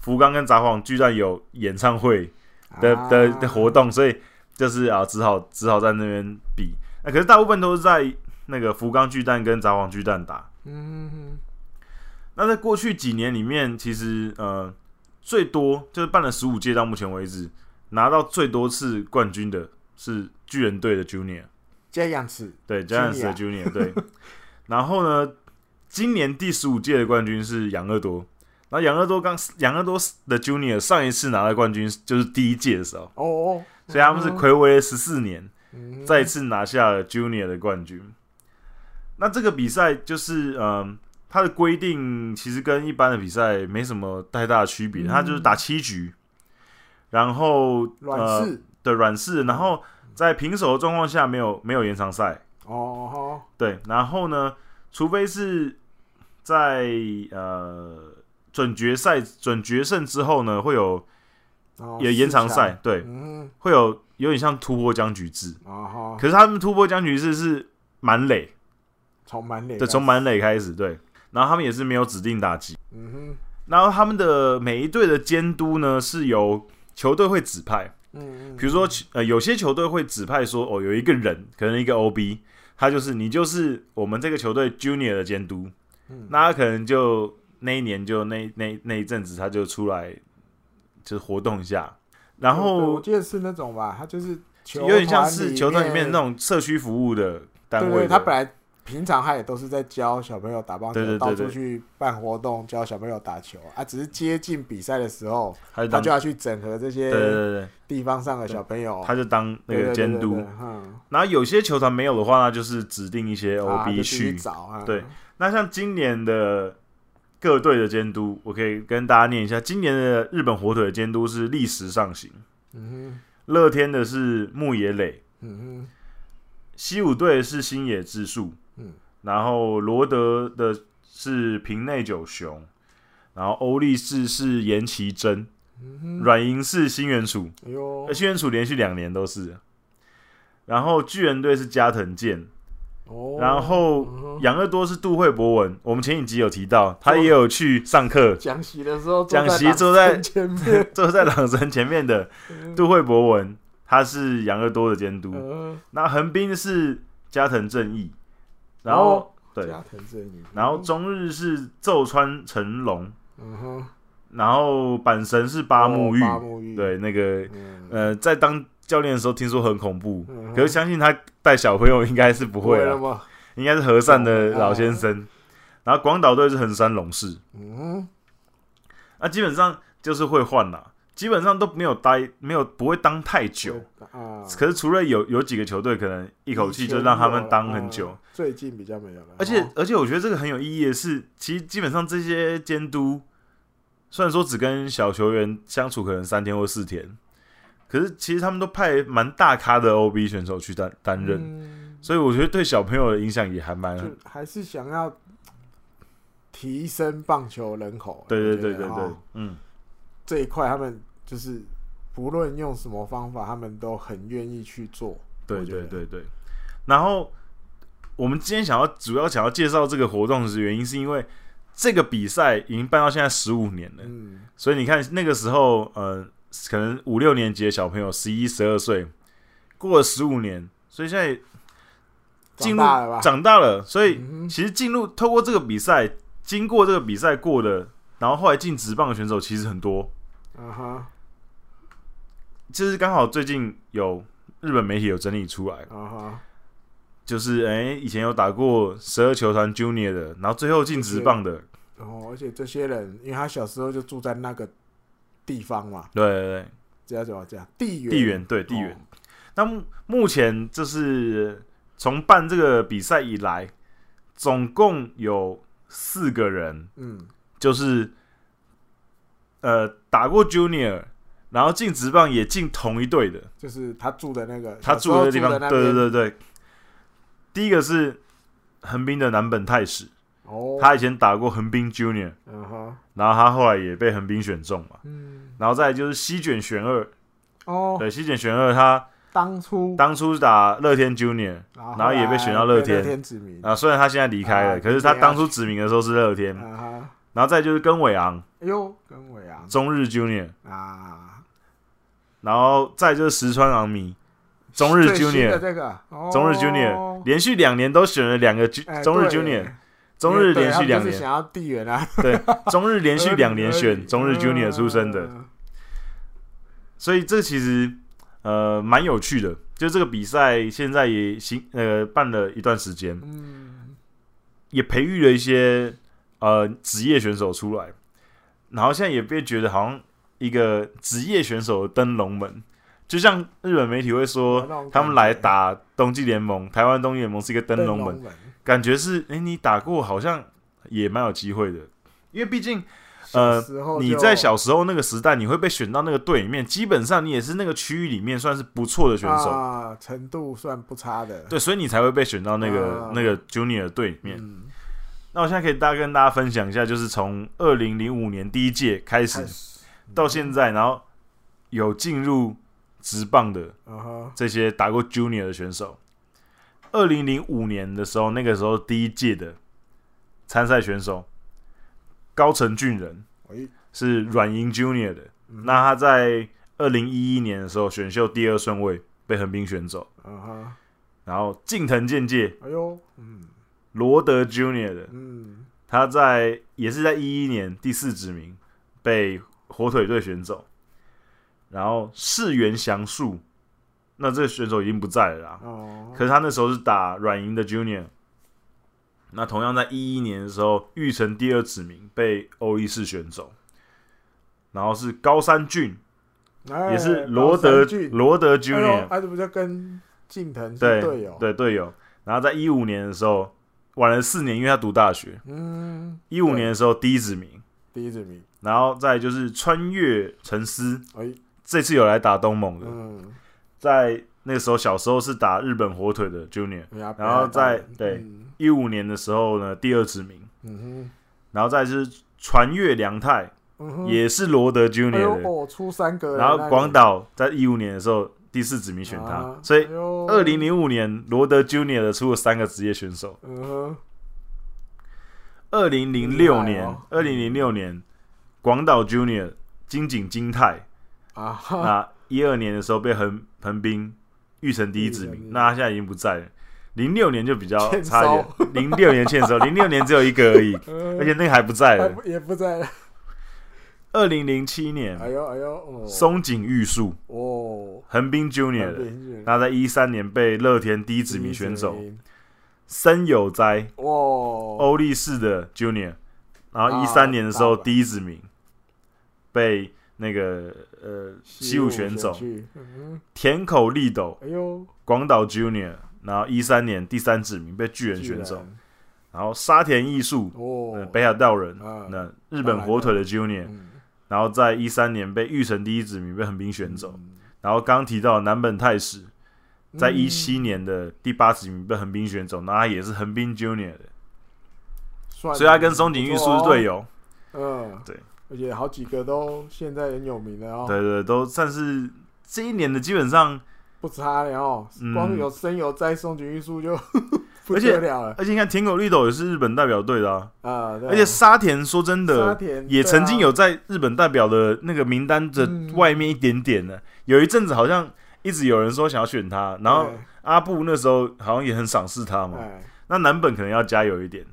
B: 福冈跟札幌居然有演唱会，
A: 啊
B: 的的的活动，所以就是啊，只好只好在那边比。那、可是大部分都是在那个福冈巨蛋跟札幌巨蛋打。
A: 嗯，
B: 那在过去几年里面，其实呃，最多就是办了十五届，到目前为止拿到最多次冠军的是巨人队的 Junior，
A: 这样子，
B: 对 g i a n t 的 Junior 对。然后呢，今年第十五届的冠军是养乐多。然后养乐多刚养乐多的 Junior 上一次拿到冠军就是第一届的时候，
A: 哦哦，
B: 所以他们是暌违了十四年。
A: 嗯
B: 再次拿下了 Junior 的冠军。那这个比赛就是，嗯，它的规定其实跟一般的比赛没什么太大的区别，
A: 嗯
B: 它就是打七局，然后
A: 软
B: 呃
A: 式
B: 的软式，然后在平手的状况下没有没有延长赛，
A: 哦哦，
B: 对，然后呢，除非是在呃准决赛准决胜之后呢，会有
A: 哦
B: 也延长，
A: 四
B: 赛，对
A: 强，嗯，
B: 会有有点像突破僵局制，
A: 哦哦，
B: 可是他们突破僵局制是满垒。
A: 从满脸啊
B: 对，从满垒开始，对。然后他们也是没有指定打击，
A: 嗯
B: 然后他们的每一队的监督呢是由球队会指派，
A: 哼，嗯，
B: 比如说呃有些球队会指派说哦有一个人可能一个 OB，他就是你就是我们这个球队 Junior 的监督，
A: 嗯
B: 那他可能就那一年就那那那一阵子他就出来就是活动一下，然
A: 对
B: 后
A: 我记得是那种吧，他就是球
B: 有点像是球
A: 团
B: 队里面那种社区服务的单
A: 对
B: 位
A: 对，
B: 的，
A: 他本来平常他也都是在教小朋友打棒
B: 对对
A: 球，到
B: 对
A: 处
B: 对
A: 去办活动，教小朋友打球啊。只是接近比赛的时候，
B: 他就
A: 他
B: 当
A: 就要去整合这
B: 对对
A: 些
B: 对对，
A: 地方上的小朋友，
B: 他就当那
A: 对
B: 个监督。，
A: 对对对对嗯，
B: 然后有些球团没有的话，那就是指定一些
A: 啊他就
B: OB
A: 自己
B: 去。
A: 找啊。
B: 对那像今年的各队的监督，我可以跟大家念一下，今年的日本火腿的监督是历时上行，
A: 嗯
B: 乐天的是木野磊，
A: 哼，嗯
B: 西武队是星野智树，
A: 嗯
B: 然后罗德的是平内久雄，然后欧力士是岩崎真，
A: 哼，嗯
B: 软银是新元楚，
A: 哼，哎呦
B: 呃，新元楚连续两年都是，然后巨人队是加藤健，
A: 哦，
B: 然后
A: 嗯哼
B: 养乐多是杜慧博文，我们前几集有提到，他也有去上课，
A: 讲席的时候，
B: 讲席
A: 坐
B: 坐在
A: 在前
B: (laughs)
A: 面，
B: 坐在朗神前面的杜慧博文，他是养乐多的监督。
A: 嗯
B: 那横滨是加藤正义，然
A: 哦
B: 后对，
A: 加藤正义，
B: 然后中日是奏川成龙，
A: 嗯哼，
B: 然后阪神是八木
A: 哦
B: 玉，
A: 八木玉，
B: 对，那个
A: 嗯，
B: 呃，在当教练的时候听说很恐怖，
A: 嗯
B: 可是相信他带小朋友应该是不
A: 不
B: 会啊
A: 了哦
B: 了，
A: 吗？
B: 应该是和善的老先生。然后广岛队是横山龙士，
A: 嗯
B: 那基本上就是会换啦。基本上都没有待，没有不会当太久。
A: 啊，
B: 可是除了有有几个球队可能一
A: 一
B: 口气就让他们当很久，
A: 啊最近比较没有了。
B: 而且
A: 哦
B: 而且我觉得这个很有意义的是，其实基本上这些监督虽然说只跟小球员相处可能三天或四天，可是其实他们都派蛮大咖的 OB 选手去担担任，
A: 嗯
B: 所以我觉得对小朋友的影响也还蛮
A: 就还是想要提升棒球人口。我
B: 对对
A: 觉
B: 对
A: 得
B: 对对
A: 哦，
B: 嗯，
A: 这一块他们就是不论用什么方法，他们都很愿意去做。
B: 对
A: 我觉
B: 对
A: 得
B: 对对。然后我们今天想要主要想要介绍这个活动的原因，是因为这个比赛已经办到现在十五年了，
A: 嗯，
B: 所以你看那个时候，呃，可能五六年级的小朋友，十一、十二岁，过了十五年，所以现在
A: 长
B: 进入
A: 大了吧？
B: 长大了，所以
A: 嗯
B: 其实进入透过这个比赛，经过这个比赛过的，然后后来进职棒的选手其实很多，
A: 嗯哼，
B: 就是刚好最近有日本媒体有整理出来，
A: 嗯哼，
B: 就是哎、以前有打过十二球团 Junior 的，然后最后进职棒的，
A: 然后而且这些人，因为他小时候就住在那个地方嘛，
B: 对对
A: 这要怎么讲？地缘，哦
B: 对，地缘对地缘。那目目前就是从办这个比赛以来，总共有四个人，
A: 嗯，
B: 就是呃打过 Junior，然后进职棒也进同一队的，
A: 就是他住的那个，
B: 他
A: 哦小时
B: 住
A: 候
B: 的
A: 住
B: 地方，
A: 那
B: 对对
A: 边，
B: 对对。第一个是横滨的南本太史，
A: 哦，
B: 他以前打过横滨 Junior，
A: 嗯哼，
B: 然后他后来也被横滨选中嘛。
A: 嗯，
B: 然后再来就是西卷玄二，
A: 哦，
B: 对西卷玄二，他
A: 当初，
B: 当初打乐天 Junior
A: 然
B: 然后也被选到乐
A: 乐
B: 天
A: 天指名，
B: 啊，虽然他现在离开了，
A: 啊
B: 可是他当初指名的时候是乐天。
A: 嗯哼，哎
B: 然后再就是跟伟昂、
A: 呦，跟伟昂
B: 中日 Junior，
A: 啊，
B: 然后再就是石川昂米、中日
A: 最新
B: Junior
A: 的这个，哦
B: 中日 Junior，连续两年都选了两个 Ju-
A: 哎
B: 中日
A: 对
B: Junior，
A: 耶
B: 中日连续
A: 因为
B: 两
A: 对他们就是
B: 年，
A: 想要地缘啊，
B: 中日 (laughs) 连续
A: (laughs)
B: 两年
A: 合理
B: 选中日 Junior 出身，
A: 合
B: 的
A: 理，嗯
B: 所以这其实呃蛮有趣的。就这个比赛现在也行呃办了一段时间，
A: 嗯，
B: 也培育了一些呃职业选手出来，然后现在也被觉得好像一个职业选手的登龙门，就像日本媒体会
A: 有那
B: 说
A: 种
B: 他们
A: 感
B: 来
A: 觉
B: 打冬季联盟，台湾冬季联盟是一个登
A: 灯
B: 龙门，，感觉是诶，你打过好像也蛮有机会的，因为毕竟呃
A: 小时候
B: 你
A: 就
B: 在小时候那个时代，你会被选到那个队里面，基本上你也是那个区域里面算是不错的选手，
A: 啊，程度算不差的，
B: 对，所以你才会被选到那个、
A: 啊
B: 那个 junior 队里面。
A: 嗯，
B: 那我现在可以大概跟大家分享一下，就是从二零零五年第一届开始
A: 开始
B: 到现在，然后有进入职棒的
A: 嗯哼，
B: 这些打过 Junior 的选手。二零零五年的时候，那个时候第一届的参赛选手高城俊人
A: 喂
B: 是软银 Junior 的，
A: 嗯
B: 那他在二零一一年的时候选秀第二顺位被横滨选走，
A: 嗯哼，
B: 然后近藤健介
A: 哎呦，嗯
B: 罗德 Junior 的，
A: 嗯，
B: 他在也是在一一年第四指名被火腿队选走，然后世元祥树，那这个选手已经不在了啦。
A: 哦，
B: 可是他那时候是打软银的 Junior，那同样在一一年的时候，玉成第二指名被欧力士选走，然后是高山俊，
A: 哎
B: 也是罗
A: 高
B: 德
A: 山俊
B: 罗
A: 哎
B: 德
A: 呦
B: Junior
A: 啊，这不就跟近藤是
B: 对
A: 队友？，
B: 对队友，然后在一五年的时候晚了四年，因为他读大学，
A: 嗯，
B: 一五
A: 对
B: 年的时候第一指名。
A: 第一指名，
B: 然后再来就是穿越沉思，
A: 哎，
B: 这次有来打东盟的，
A: 嗯，
B: 在那个时候小时候是打日本火腿的 Junior，
A: 然
B: 然后再对
A: 嗯
B: 一五年的时候呢第二指名，
A: 嗯
B: 然后再来就是传越良太、
A: 哼，嗯哼，
B: 也是罗德
A: 哎
B: Junior
A: 呦，
B: 的，
A: 哦，出三个了，
B: 然
A: 那
B: 后
A: 你
B: 广岛在一五年的时候第四指名选他，
A: 啊
B: 所以
A: 哎呦
B: 二零零五年罗德 Junior 的出了三个职业选手，
A: 嗯哼，
B: 二零零六
A: 厉害
B: 年
A: 哦，
B: 二零零六年广岛 Junior 金井金泰。
A: (laughs) 啊哈，
B: 那一二年的时候被横横滨玉成第一指
A: 玉成第
B: 名
A: 一，
B: 那他现在已经不在了。零六年就比较
A: 欠
B: 差一点
A: 收，
B: 零六年欠收，零六年只有一个
A: (laughs)
B: 而已，而
A: 而
B: 且那个还嗯不在了。
A: 也不在了，
B: 二零零七
A: 哎
B: 年，
A: 呦哎呦，哦
B: 松井玉树，
A: 哦，
B: 横滨
A: 那
B: Junior，的
A: 边缘
B: 那在一三年被乐天第一指名选走，森有哉，
A: 哇，
B: 欧力士的 Junior，然后
A: 啊
B: 一三年的时候
A: 大阪
B: 第一指名被那个呃西武选
A: 手
B: 手，
A: 嗯，
B: 田口利斗、
A: 哎呦，
B: 广岛 Junior，然后一三年第三指名被巨人
A: 居
B: 选
A: 然
B: 走，然后沙田艺术、呃
A: 哦，
B: 北海道人，
A: 啊
B: 那日本火腿的 Junior，
A: 嗯
B: 然后在一三年被玉成第一指名被横滨选走，
A: 嗯
B: 然后刚提到南本泰史，在
A: 嗯
B: 一七年的第八十名被横滨选走，那他也是横滨 Junior 的，
A: 算
B: 所以他跟松井玉树是队友，
A: 嗯，
B: 对，
A: 而且好几个都现在很有名了哦，
B: 对对，都算是这一年的基本上，
A: 不差了哦，
B: 嗯
A: 光有生有在松井玉树就 (laughs) 不
B: 而且
A: 得了了
B: 而且你看田口绿斗也是日本代表队的啊，
A: 啊，对啊
B: 而且沙田说真
A: 沙
B: 的
A: 田
B: 也
A: 对啊
B: 曾经有在日本代表的那个名单的
A: 嗯
B: 外面一点点
A: 啊
B: 呢，有一阵子好像一直有人说想要选他，然后
A: 对
B: 阿布那时候好像也很赏识他嘛，
A: 哎，
B: 那南本可能要加油一点。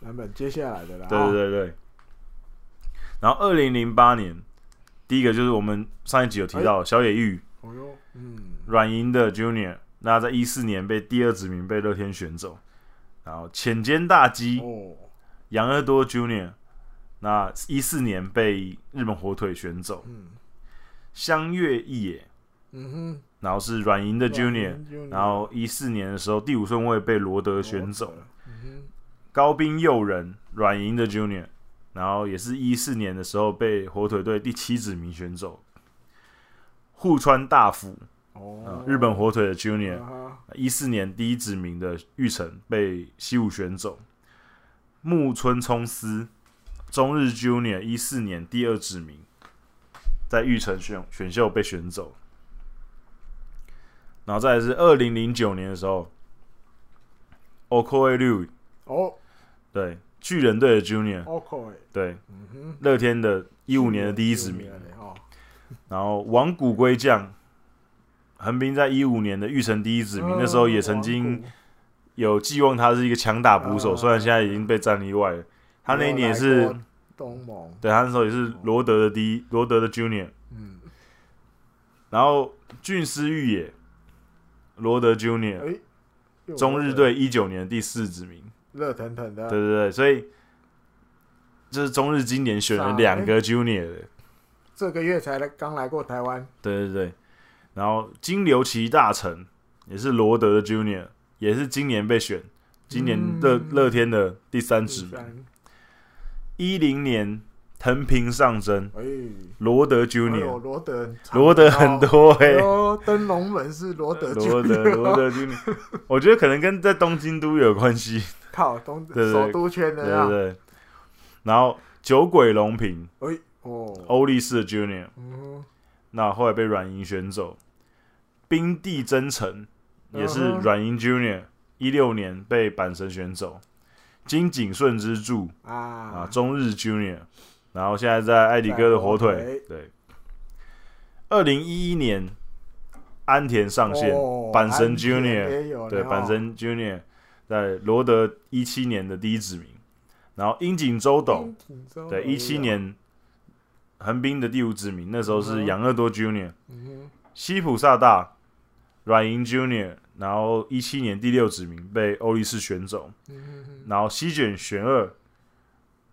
A: 南本接下来的啦，哦
B: 对对对对。然后二零零八年，第一个就是我们上一集有提到小野玉
A: 哦哟，嗯，
B: 软银的 Junior，那在一四年被第二指名被乐天选走，然后浅间大基
A: 哦，
B: 杨二多 Junior，那一四年被日本火腿选走，
A: 嗯
B: 香月一野，
A: 嗯哼，哦
B: 然后是软银的 Junior，
A: Junior，
B: 然后一四年的时候第五顺位被罗德选走，，
A: 嗯
B: 高滨佑人软银的 Junior，然后也是一四年的时候被火腿队第七指名选走。户川大辅，
A: 哼，
B: 啊
A: 哦，，
B: 日本火腿的 Junior，
A: 啊哈
B: 一四年第一指名的玉成被西武选走。木村聪司，中日 Junior 一四年第二指名，在玉成选选秀被选走。然后再来是二零零九年的时候 o k o e l u
A: 哦
B: 对，巨人队的 Junior，
A: ，OK，
B: 对，
A: 嗯哼，
B: 乐天的一五年的第一指名，
A: 哦，
B: 然后王谷归将，横滨在一五年的玉成第一指名，那时候也曾经
A: 嗯
B: 有寄望他是一个强打捕手，
A: 啊
B: 虽然现在已经被战例外了，他那一年也
A: 有来
B: 是
A: 过，东盟，
B: 对他那时候也是罗德的第一，罗德的 Junior，
A: 嗯，
B: 然后俊师玉也，罗德 Junior，
A: 哎，又
B: 中日队一九年的第四指名，
A: 热腾腾的，
B: 对对对，所以这是中日今年选了两
A: 哎
B: 个 Junior 的。
A: 这个月才来刚来过台湾，
B: 对对对，然后金流奇大臣也是罗德的 Junior，也是今年被选，今年
A: 嗯
B: 乐乐天的第三指名。
A: 三，
B: 一零年藤平上真，
A: 哎，
B: 罗德
A: 哎呦
B: Junior，
A: 罗德，
B: 罗德很，多哎、欸，
A: 哦，登龙门是罗德军，
B: (laughs) 罗德罗德 Junior，我觉得可能跟在东京都有关系，
A: 靠东
B: 对对
A: 首都圈
B: 对
A: 的啊
B: 对
A: 呀，
B: 对。然后酒鬼龙平，
A: 哎，哦，
B: 欧力士的 Junior，
A: 嗯
B: 那后来被软银选走。冰地真诚也是
A: 嗯哼
B: 软银 Junior，一六年被阪神选走。金井顺之助
A: 啊
B: 啊，中日 Junior，然后现在在艾迪哥的
A: 在火
B: 火腿
A: 腿。
B: 对，二零一一年安田上线，
A: 哦
B: 阪神
A: 安田
B: Junior，
A: 也有
B: 对，
A: 呢
B: 阪
A: 哦
B: 神 Junior 在罗德一七年的第一指名，然后樱井周斗
A: 樱井周斗
B: 对一七，年横滨的第五指名，那时候
A: 嗯
B: 是
A: 哼
B: 养乐多 Junior。
A: 嗯
B: 西普萨大、软银 Junior，然后一七年第六指名被欧力士选走，
A: 哼嗯
B: 然后西卷选二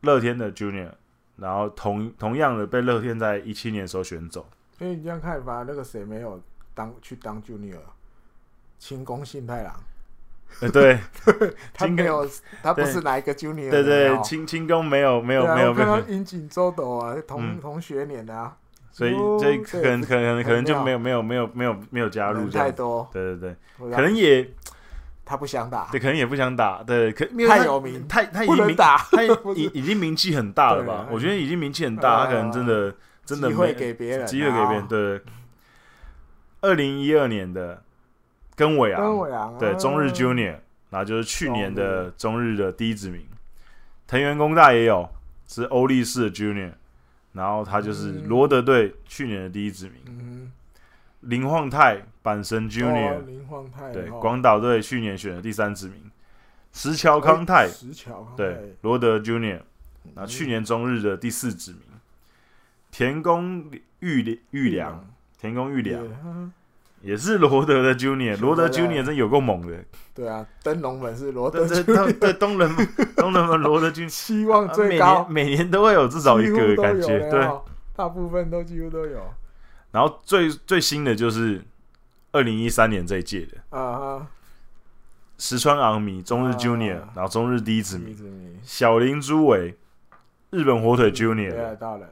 B: 乐天的 Junior，然后同同样的被乐天在一七年的时候
A: (laughs)
B: 选走，
A: 哼，哎因为你这样看法，那个谁没有当去当 junior，清宫信太郎，
B: 呃，对
A: 他
B: 金
A: 没
B: 宫
A: 有，他不
B: 对
A: 是哪一个 junior，的
B: 对对，
A: 哦
B: 清清宫没有没有
A: 对啊
B: 没有
A: 我
B: 没
A: 看到
B: 有，
A: 樱井周斗啊，同
B: 嗯
A: 同学年的啊，
B: 所以
A: 哦
B: 所以可能可能可能就
A: 很
B: 没
A: 妙
B: 有没有没有没有没有加入
A: 人
B: 这
A: 太
B: 样，
A: 多，啊
B: 对对对，
A: 可
B: 可能也
A: 他不想打，
B: 对可能也不想打，对，可因为
A: 太
B: 他
A: 有名
B: 太他已啊
A: 不
B: 经
A: 能
B: 名
A: 打，
B: 他已
A: 不是
B: 已已经名气很大了吧？
A: 对
B: 我觉得已经名气很大，
A: 啊
B: 他可能真的真的
A: 机
B: 没
A: 会给别人啊
B: 机会给别人。对，二零一二年的根尾
A: 跟
B: 啊，
A: 伟昂啊
B: 对中日 Junior，然后就是去年的中日的第一指名，藤原工大也有是欧力士的 Junior，然后他就是
A: 嗯
B: 罗德队去年的第一指名，
A: 嗯
B: 林晃泰阪神
A: 哼
B: Junior，
A: 哦林晃太
B: 对
A: 哦
B: 广岛队去年选的第三指名，石桥康
A: 哎
B: 泰
A: 石桥康
B: 对罗德 Junior。
A: 泰，
B: 那去年中日的第四指名，田宫玉玉良，田宫玉良
A: 良，
B: 也是罗德的 Junior，
A: 是
B: 罗
A: 罗德
B: 德 Junior 真有够猛的，
A: 对啊，登龙门是罗德
B: 对对对对，
A: (laughs)
B: 东人东人门罗德 Junior
A: 期望
B: 啊
A: 最
B: 每
A: 高
B: 年，每年都会有至少一
A: 几乎
B: 个
A: 都
B: 感
A: 有
B: 觉，
A: 了
B: 对
A: 哦大部分都几乎都有
B: 然后最最新的就是二零一三年这一届的
A: 啊
B: 石川昂弥、中日
A: 啊
B: Junior，、然后中日第一子
A: 哈，
B: 名、
A: 一直迷，
B: 小林朱伟、日本火腿 Junior，、
A: 对啊，大人，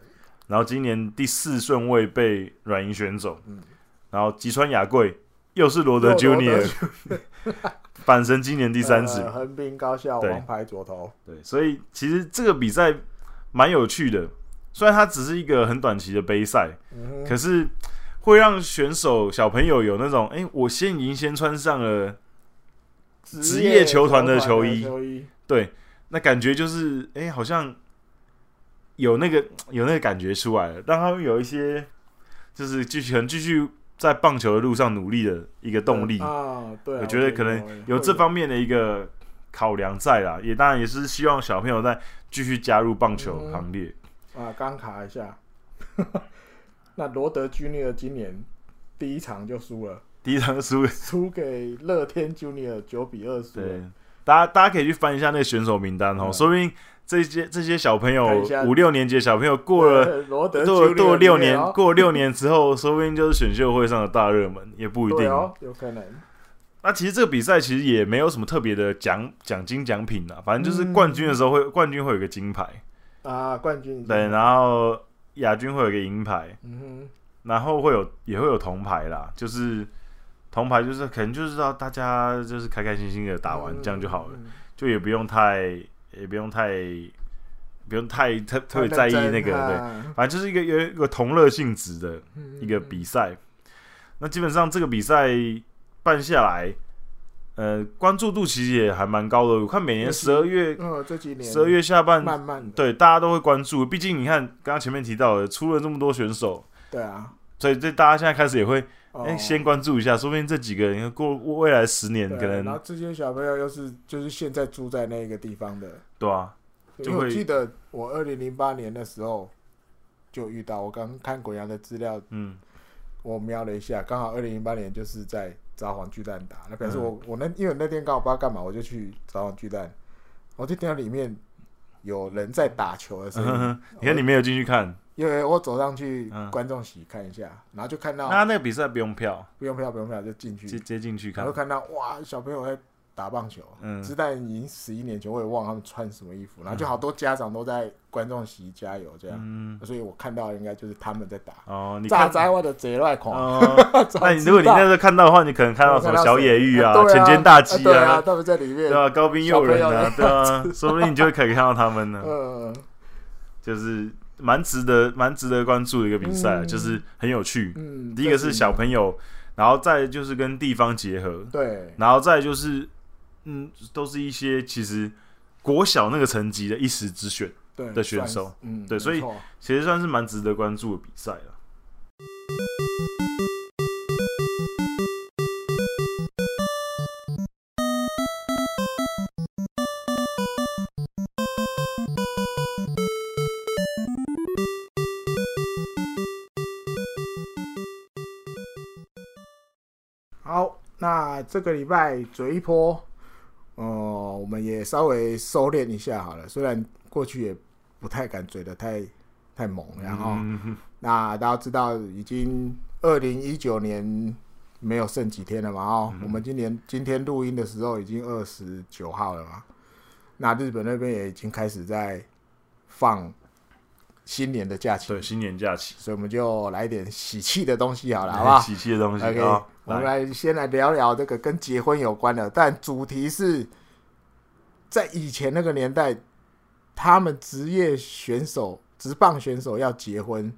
B: 然后今年第四顺位被软银选走，
A: 嗯
B: 然后吉川雅贵又是罗德 Junior，阪呃神今年第
A: 第
B: 三子、
A: 呃横滨高校
B: 对
A: 王牌左投，
B: 对，所以其实这个比赛蛮有趣的，虽然它只是一个很短期的杯赛，
A: 嗯
B: 可
A: 哼，
B: 是会让选手小朋友有那种，哎、我先已经先穿上了，职业球团的球衣
A: 球衣，
B: 对，那感觉就是，哎、好像有那个有那个感觉出来了，让他们有一些就是继续可能继续在棒球的路上努力的一个动力。
A: 啊，对啊，
B: 我觉得可能有这
A: 方
B: 方面的一个考量在啦，也当然也是希望小朋友再继续加入棒球
A: 嗯
B: 行列。
A: 啊，刚卡一下，那罗德 Junior 今年第一场就输了，
B: 第一场输，
A: 输给乐天 Junior 九比二输了
B: 对，，大家大家可以去翻一下那个选手名单哦，
A: 嗯
B: 说不定这些这些小朋
A: 看
B: 友
A: 一下
B: 五六年级的小朋友过了。
A: 对罗德
B: 过了
A: Junior
B: 过了六
A: 里面
B: 年
A: 哦，
B: 过了六年之后， (laughs) 说不定就是选秀会上的大热门，也不一
A: 对
B: 定。
A: 哦，有可能。
B: 那其实这个比赛其实也没有什么特别的奖奖金奖品啦，反正就是
A: 嗯
B: 冠军的时候会冠军会有一个金牌，
A: 啊，冠军已经
B: 对，，然后亚军会有一个银牌，
A: 嗯
B: 然后会有也会有铜牌啦，就是铜牌就是可能就是让大家就是开开心心的
A: 哼，
B: 打完、
A: 嗯
B: 这样就好了。
A: 嗯
B: 就也不用太，也不用太，不用太特特别在意那个，
A: 啊
B: 对，
A: 对，
B: 反正就是一个有一个同乐性质的
A: 嗯
B: 一个比赛。那基本上这个比赛办下来，呃，关注度其实也还蛮高的。我看每年
A: 尤其
B: 十二月，
A: 嗯，这几年
B: 十二月下半，
A: 慢慢的，
B: 对大家都会关注。毕竟你看，刚刚前面提到的，出了这么多选手，
A: 对啊，
B: 所以这大家现在开始也会
A: 哦
B: 哎、先关注一下，说不定这几个人过未来十年
A: 对
B: 可
A: 然后
B: 能
A: 这些小朋友又是就是现在住在那个地方的，
B: 对啊，
A: 因
B: 就
A: 为我
B: 会
A: 记得我二零零八年的时候就遇到，我刚看国阳的资料，
B: 嗯，
A: 我瞄了一下，刚好二零零八年就是在札幌巨蛋打，那表示我、
B: 嗯
A: 我那因为我那天刚好不知道干嘛，我就去札幌巨蛋，我就听到里面有人在打球的声
B: 嗯
A: 音，
B: 你看你没有进去看。
A: 因为我走上去
B: 嗯
A: 观众席看一下，然后就看到
B: 那他那个比赛不用票，
A: 不用票不用票就进去
B: 直，接进去
A: 然
B: 看
A: 后。看到哇小朋友在打棒球，
B: 嗯
A: 直到已经十一年前我也忘了他们穿什么衣服，然后就好多家长都在观众席加油这样，
B: 嗯，
A: 所以我看到应该就是他们在打，
B: 哦，你
A: 炸
B: 看
A: 灾我的贼乱狂。 (laughs)
B: 哦，那你如果你那时候看到的话，你可能看到什么小野玉
A: (laughs) 哎对啊
B: 浅间大基
A: 对啊，，他们在里面
B: 对，啊，高滨佑人
A: 小朋友
B: 啊，对
A: (laughs)
B: 啊，说不定你就会可以看到他们呢。
A: 嗯，
B: 就是蛮值得、蛮值得关注的一个比赛，啊
A: 嗯
B: 就是很有趣。
A: 嗯，
B: 第一个是小朋友，然后再就是跟地方结合，
A: 对，
B: 然后再就是嗯，都是一些其实国小那个层级的一时之选。
A: 对
B: 的选手
A: 算是嗯，
B: 对所以
A: 没错
B: 其实算是蛮值得关注的比赛了。
A: 好，那这个礼拜嘴一波，哦，我们也稍微收敛一下好了，虽然过去也不太敢嘴的太太猛了，然后、
B: 嗯
A: 那大家知道已经二零一九年。没有剩几天了嘛？哦，
B: 嗯
A: 我们今年今天录音的时候已经二十九号了嘛。那日本那边也已经开始在放新年的假期
B: 对，新年假期，
A: 所以我们就来点喜气的东西
B: (laughs)
A: 好了，好不好
B: 喜气的东西
A: ？OK，
B: 啊，
A: 我们
B: 来，
A: 来先来聊聊这个跟结婚有关的，但主题是在以前那个年代，他们职业选手、职棒选手要结婚，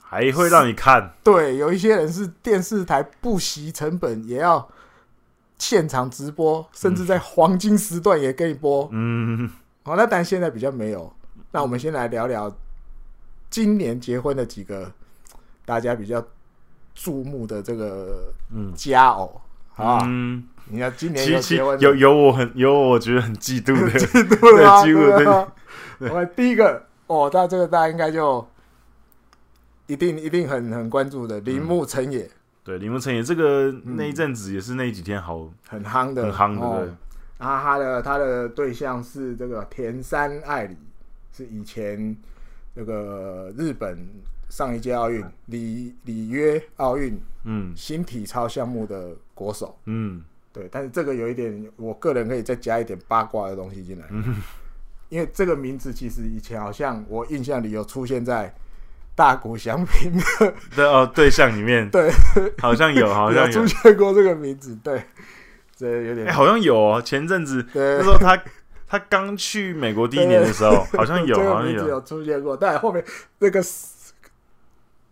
B: 还会让你看，
A: 对，有一些人是电视台不惜成本也要现场直播，甚至在黄金时段也给你播。
B: 嗯，
A: 好，那但现在比较没有。那我们先来聊聊今年结婚的几个大家比较注目的这个
B: 嗯
A: 佳偶，好不好？
B: 嗯，
A: 你看今年
B: 其
A: 啊有
B: 实其
A: 结婚
B: 实
A: 的
B: 有有我很有我觉得很嫉妒
A: (laughs)
B: 的，
A: 对啊，
B: 几乎
A: 对啊。 (laughs) 我们第一个哦，那这个大家应该就一定一定很很关注的铃木
B: 嗯
A: 成也，
B: 对，林木成也这个
A: 嗯
B: 那一阵子也是那几天好
A: 很夯的，
B: 很夯
A: 哦
B: 的，对，
A: 然后他的他的对象是这个田山爱里，是以前那个日本上一届奥运、里里约奥运
B: 嗯
A: 新体操项目的国手。
B: 嗯
A: 对，但是这个有一点，我个人可以再加一点八卦的东西进来，
B: 嗯
A: (laughs) 因为这个名字其实以前好像我印象里有出现在大谷翔平的，
B: 对哦，对象里面
A: 对，
B: (laughs) 好像有，好
A: 有
B: 像有
A: 出，现过这个名字，对，这有点
B: 哎，好像有哦。前阵子那
A: 对
B: 时，候他他刚去美国第一年的时候，好像有，
A: (laughs) 这
B: 好
A: 个
B: 像
A: 名字
B: 有，
A: 有出现过，但后面那个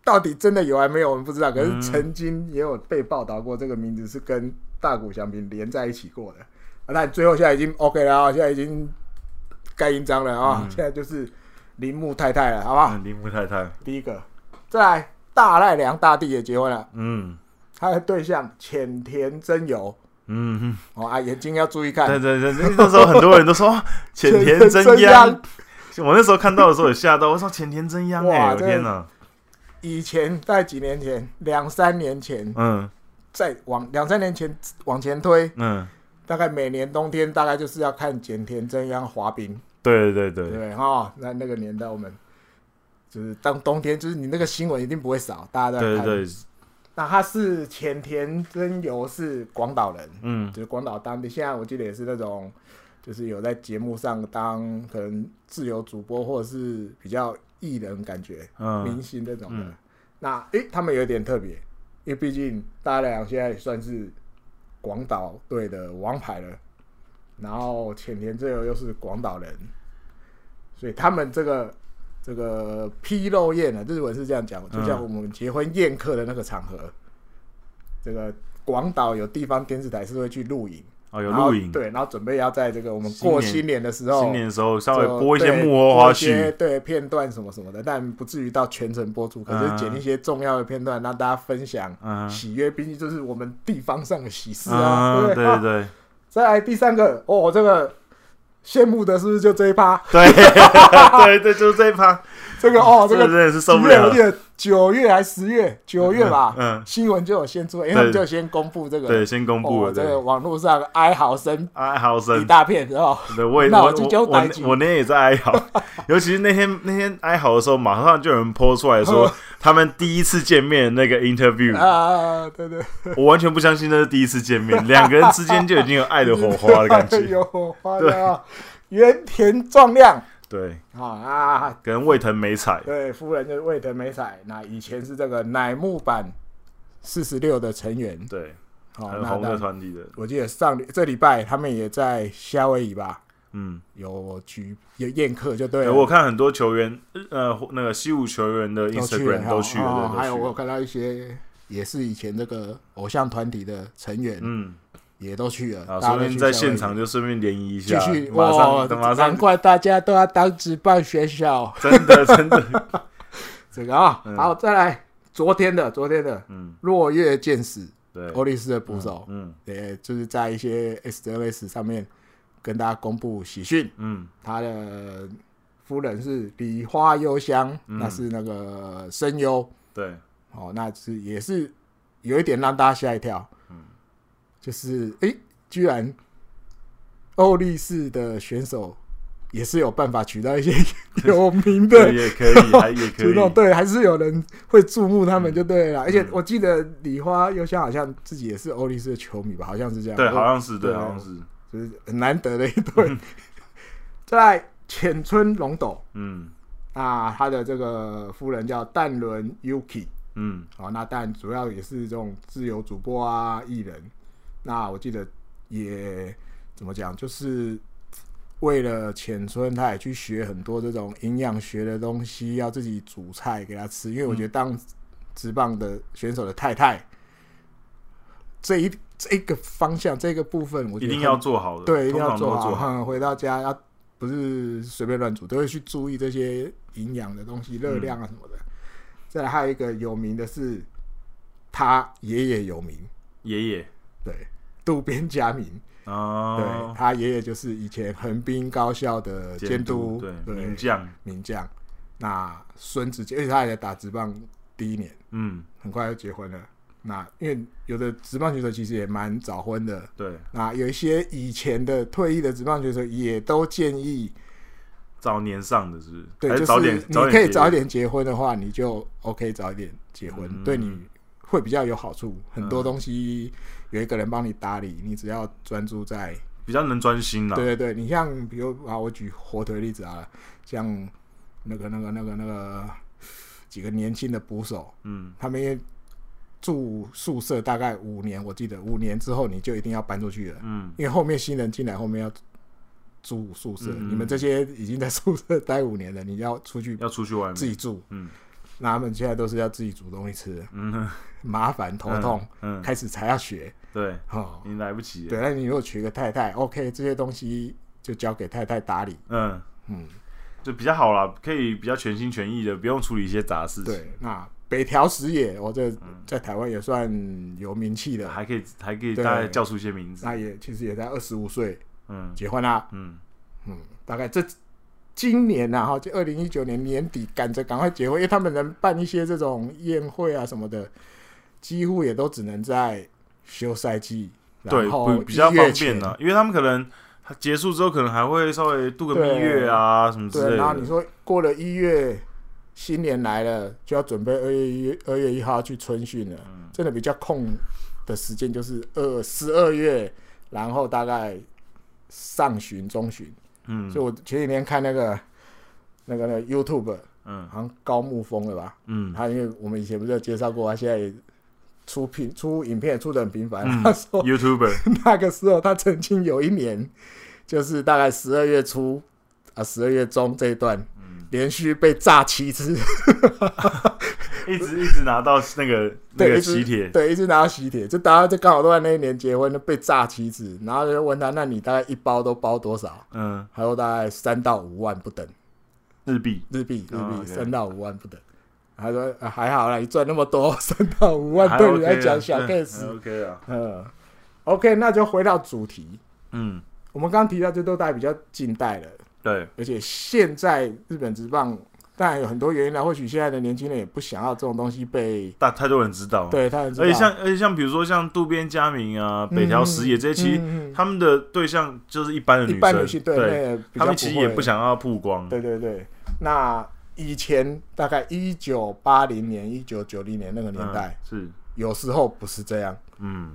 A: 到底真的有还没有，我们不知道。可
B: 嗯
A: 是曾经也有被报道过，这个名字是跟大谷翔平连在一起过的。啊，但最后现在已经 OK 了啊，现在已经盖印章了啊，
B: 嗯
A: 现在就是铃木太太了，好不好？
B: 嗯铃木太太，
A: 第一个，再来大赖良大帝也结婚了，
B: 嗯
A: 他的对象浅田真由
B: 嗯。嗯
A: 哦啊，眼睛要注意
B: 对
A: 看，
B: 对对，那那时候很多人都说浅田真
A: 浅田真
B: 央
A: 央，
B: 我那时候看到的时候也吓到，我说浅田真央哎、
A: 哇
B: 我
A: 这
B: 天哪，
A: 以前在几年前，两三年前，
B: 嗯
A: 再往两三年前往前推，
B: 嗯，
A: 大概每年冬天大概就是要看简田真央滑冰，
B: 对对对
A: 对不
B: 对，
A: 对哈、那那个年代我们就是当冬天，就是你那个新闻一定不会少，大家都在
B: 对
A: 看。
B: 对，
A: 那他是浅田真由是广岛人，
B: 嗯
A: 就是广岛当地，现在我记得也是那种，就是有在节目上当可能自由主播或者是比较艺人感觉、明
B: 嗯
A: 星那种的。
B: 嗯
A: 那诶、他们有点特别，因为毕竟大良现在也算是广岛队的王牌了，然后浅田最后又是广岛人，所以他们这个。这个披露宴呢，日文是这样讲，
B: 嗯
A: 就像我们结婚宴客的那个场合，这个广岛有地方电视台是会去录影，
B: 哦有
A: 然后
B: 录影，
A: 对，然后准备要在这个我们
B: 新
A: 过
B: 年
A: 新年的时候，
B: 新年的时候稍微
A: 就
B: 播一些
A: 对
B: 幕后
A: 播
B: 花
A: 一些
B: 絮，
A: 对片段什么什么的，但不至于到全程播出，可
B: 嗯
A: 是剪一些重要的片段让大家分享。
B: 嗯
A: 喜悦，毕竟就是我们地方上的喜事啊，
B: 嗯
A: 对不
B: 对
A: 对？啊
B: 对
A: 再来第三个，哦，这个羡慕的是不是就这一趴？ (laughs)
B: 对对对，就是这一趴，
A: 这个哦，
B: 这
A: 这
B: 个
A: 个
B: 真的是受
A: 几
B: 不
A: 月
B: 了
A: 我记
B: 了，
A: 得九月还十月，九月吧，
B: 嗯，
A: 新闻就有先出来，因为他们
B: 对
A: 就先公布这个，
B: 对，先公布
A: 哦
B: 了，，
A: 这
B: 对，
A: 个网络上哀嚎声
B: 哀嚎
A: 一
B: 声，
A: 大片，然后
B: 对，我也
A: 那
B: 我
A: 我就交
B: 我
A: 代
B: 我
A: 几
B: 我那天也在
A: (laughs)
B: 哀嚎，尤其是那天那天哀嚎的时候，马上就有人泼出来
A: 嗯
B: 说他们第一次见面的那个 interview，
A: 啊，对对，
B: 我完全不相信那是第一次见面，两个人之间就已经有爱的火花
A: (laughs)
B: 的感觉。
A: 有火花的啊，原田壮亮
B: 对，
A: 啊啊，
B: 跟味藤美彩，
A: 对，夫人就是卫藤美彩，那以前是这个乃木坂四十六的成员，
B: 对，
A: 好、
B: 很
A: 哦那
B: 红的
A: 那
B: 团体的，
A: 我记得上这礼拜他们也在夏威夷吧。
B: 嗯，
A: 有举有宴客就对
B: 对
A: 了，
B: 我看很多球员，呃，那个西武球员的
A: 嗯都去了
B: Instagram 都去了，
A: 哦还
B: 对，
A: 有我
B: 都去
A: 有
B: 了，
A: 看到一些也是以前这个偶像团体的成员
B: 嗯，
A: 也都去了，
B: 啊，
A: 大家
B: 顺
A: 都
B: 便
A: 去
B: 在
A: 夏威夷
B: 现场就顺便联谊一
A: 继
B: 下，
A: 续
B: 马
A: 哇
B: 上马
A: 难
B: 上，
A: 怪大家都要当职棒选手。
B: (laughs) 真的
A: (laughs)
B: 真的，
A: 这个啊、
B: 嗯
A: 好，再来昨天的昨天的
B: 嗯，
A: 落月见死，
B: 对，
A: 欧力士的捕手，
B: 嗯
A: 也就是在一些 SNS 上面跟大家公布喜讯，
B: 嗯
A: 他的夫人是梨花幽香，
B: 嗯
A: 那是那个声优
B: 对，
A: 哦，那是也是有一点让大家吓一跳，
B: 嗯
A: 就是诶、居然欧力士的选手也是有办法取到一
B: (laughs)
A: 些有名的
B: 对，也可以，
A: (laughs)
B: 还也可
A: 主动
B: 以，
A: 对，还是有人会注目
B: 嗯
A: 他们就对了啦。而且我记得李花又香好像自己也是欧力士的球迷吧，好像是这样。
B: 对，
A: 我
B: 好像嗯是对，
A: 对
B: 好像是，
A: 就是很难得的一 (laughs) 对。再来，浅村龙斗
B: 嗯
A: 啊，他的这个夫人叫淡伦 Yuki
B: 嗯
A: 哦，那但主要也是这种自由主播啊、艺人。那我记得也怎么讲，就是为了浅村，他也去学很多这种营养学的东西，要自己煮菜给他吃。因为我觉
B: 嗯
A: 得当职棒的选手的太太，这一这个方向这个部分，我觉
B: 一
A: 得
B: 定
A: 他
B: 要做好的，
A: 对，一定
B: 通
A: 要
B: 常都
A: 做好。
B: 好，
A: 嗯回到家要不是随便乱煮，都会去注意这些营养的东西、
B: 嗯
A: 热量啊什么的。再来还有一个有名的是，他爷爷有名，
B: 爷爷
A: 对，渡边佳明，
B: 哦
A: 对，他爷爷就是以前横滨高校的监督，
B: 对
A: 对
B: 名将，
A: 名将。那孙子，而且他也在打职棒第一年，
B: 嗯，
A: 很快就结婚了。那因为有的职棒选手其实也蛮早婚的，
B: 对，
A: 啊那有一些以前的退役的职棒选手也都建议
B: 早年上的是不是？
A: 对，
B: 还
A: 就是
B: 早点，
A: 你
B: 早
A: 可以
B: 结
A: 早一点结婚的话，你就 OK 早一点结婚，
B: 嗯
A: 对你会比较有好处。很多
B: 嗯
A: 东西有一个人帮你打理，你只要专注在，
B: 比较能专心啦。
A: 对对对，你像比如啊，我举火腿例子啊，像那个那个那个那个几个年轻的捕手，
B: 嗯，
A: 他们因为住宿舍大概五年，我记得五年之后你就一定要搬出去了，
B: 嗯
A: 因为后面新人进来，后面要住宿舍，
B: 嗯
A: 你们这些已经在宿舍待五年了，你要出去
B: 要出去外面，
A: 自己住，
B: 嗯
A: 那他们现在都是要自己煮东西吃，
B: 嗯
A: 麻烦头痛，
B: 嗯，
A: 开始才要学
B: 对，
A: 哦。
B: 你来不及了。
A: 对，那你如果娶一个太太，OK，这些东西就交给太太打理，
B: 嗯，
A: 嗯，
B: 就比较好啦，可以比较全心全意的，不用处理一些杂事情。
A: 对。那北条时也，我这在台湾也算有名气的，
B: 嗯还可以还可以
A: 对
B: 大概叫出一些名字
A: 那。也其实也在二十五岁
B: 嗯
A: 结婚啦，
B: 嗯，
A: 嗯，大概这今年然后就二零一九年年底赶着赶快结婚，因为他们能办一些这种宴会啊什么的，几乎也都只能在休赛季，
B: 对，
A: 然后
B: 会比较
A: 一月
B: 方便啊
A: 前
B: 呢，因为他们可能结束之后，可能还会稍微度个蜜月啊什么之
A: 对，
B: 类
A: 然后你
B: 的。
A: 说过了一月，新年来了，就要准备二月一二月一号去春训了。
B: 嗯
A: 真的比较空的时间就是二十二月，然后大概上旬、中旬。所
B: 嗯
A: 以我前几天看那个那个那个 YouTube，
B: 嗯
A: 好像高木峰了吧？
B: 嗯，
A: 他因为我们以前不是有介绍过，他现在也出品出影片出的很频繁。
B: 嗯
A: 他说
B: YouTuber，
A: (laughs) 那个时候他曾经有一年，就是大概十二月初啊十二月中这一段，
B: 嗯
A: 连续被炸七次，
B: 一直一直拿到那个那
A: 对
B: 个
A: 一直
B: 喜帖，
A: 对，一直拿到喜帖，就大家就刚好都在那一年结婚，就被炸七次，然后就问他，那你大概一包都包多少？
B: 嗯，
A: 他说大概三到五万不等
B: 日币，
A: 日币，日
B: 哦
A: 币
B: ，OK
A: 三到五万不等。他说、啊还好啦，你赚那么多， (laughs) 三到五万
B: 还
A: 对
B: OK
A: 你来
B: 啊
A: 讲小
B: 嗯
A: case
B: 还。OK 啊，
A: 嗯，OK，那就回到主题，
B: 嗯，
A: 我们刚刚提到这都带比较近代了。
B: 对，
A: 而且现在日本职棒当然有很多原因啦，或许现在的年轻人也不想要这种东西被
B: 大太多人知道，，
A: 对他很知道嗯
B: 而且像而且像比如说像渡边佳明啊、北条时也这些，其实
A: 嗯嗯嗯
B: 他们的对象就是一般的
A: 一
B: 女
A: 般女
B: 生，
A: 性对那也比
B: 他
A: 较
B: 们其实也
A: 会
B: 不想要曝光，
A: 对对对。那以前大概一九八零年、一九九零年那个年代，
B: 嗯是，
A: 有时候不是这样，
B: 嗯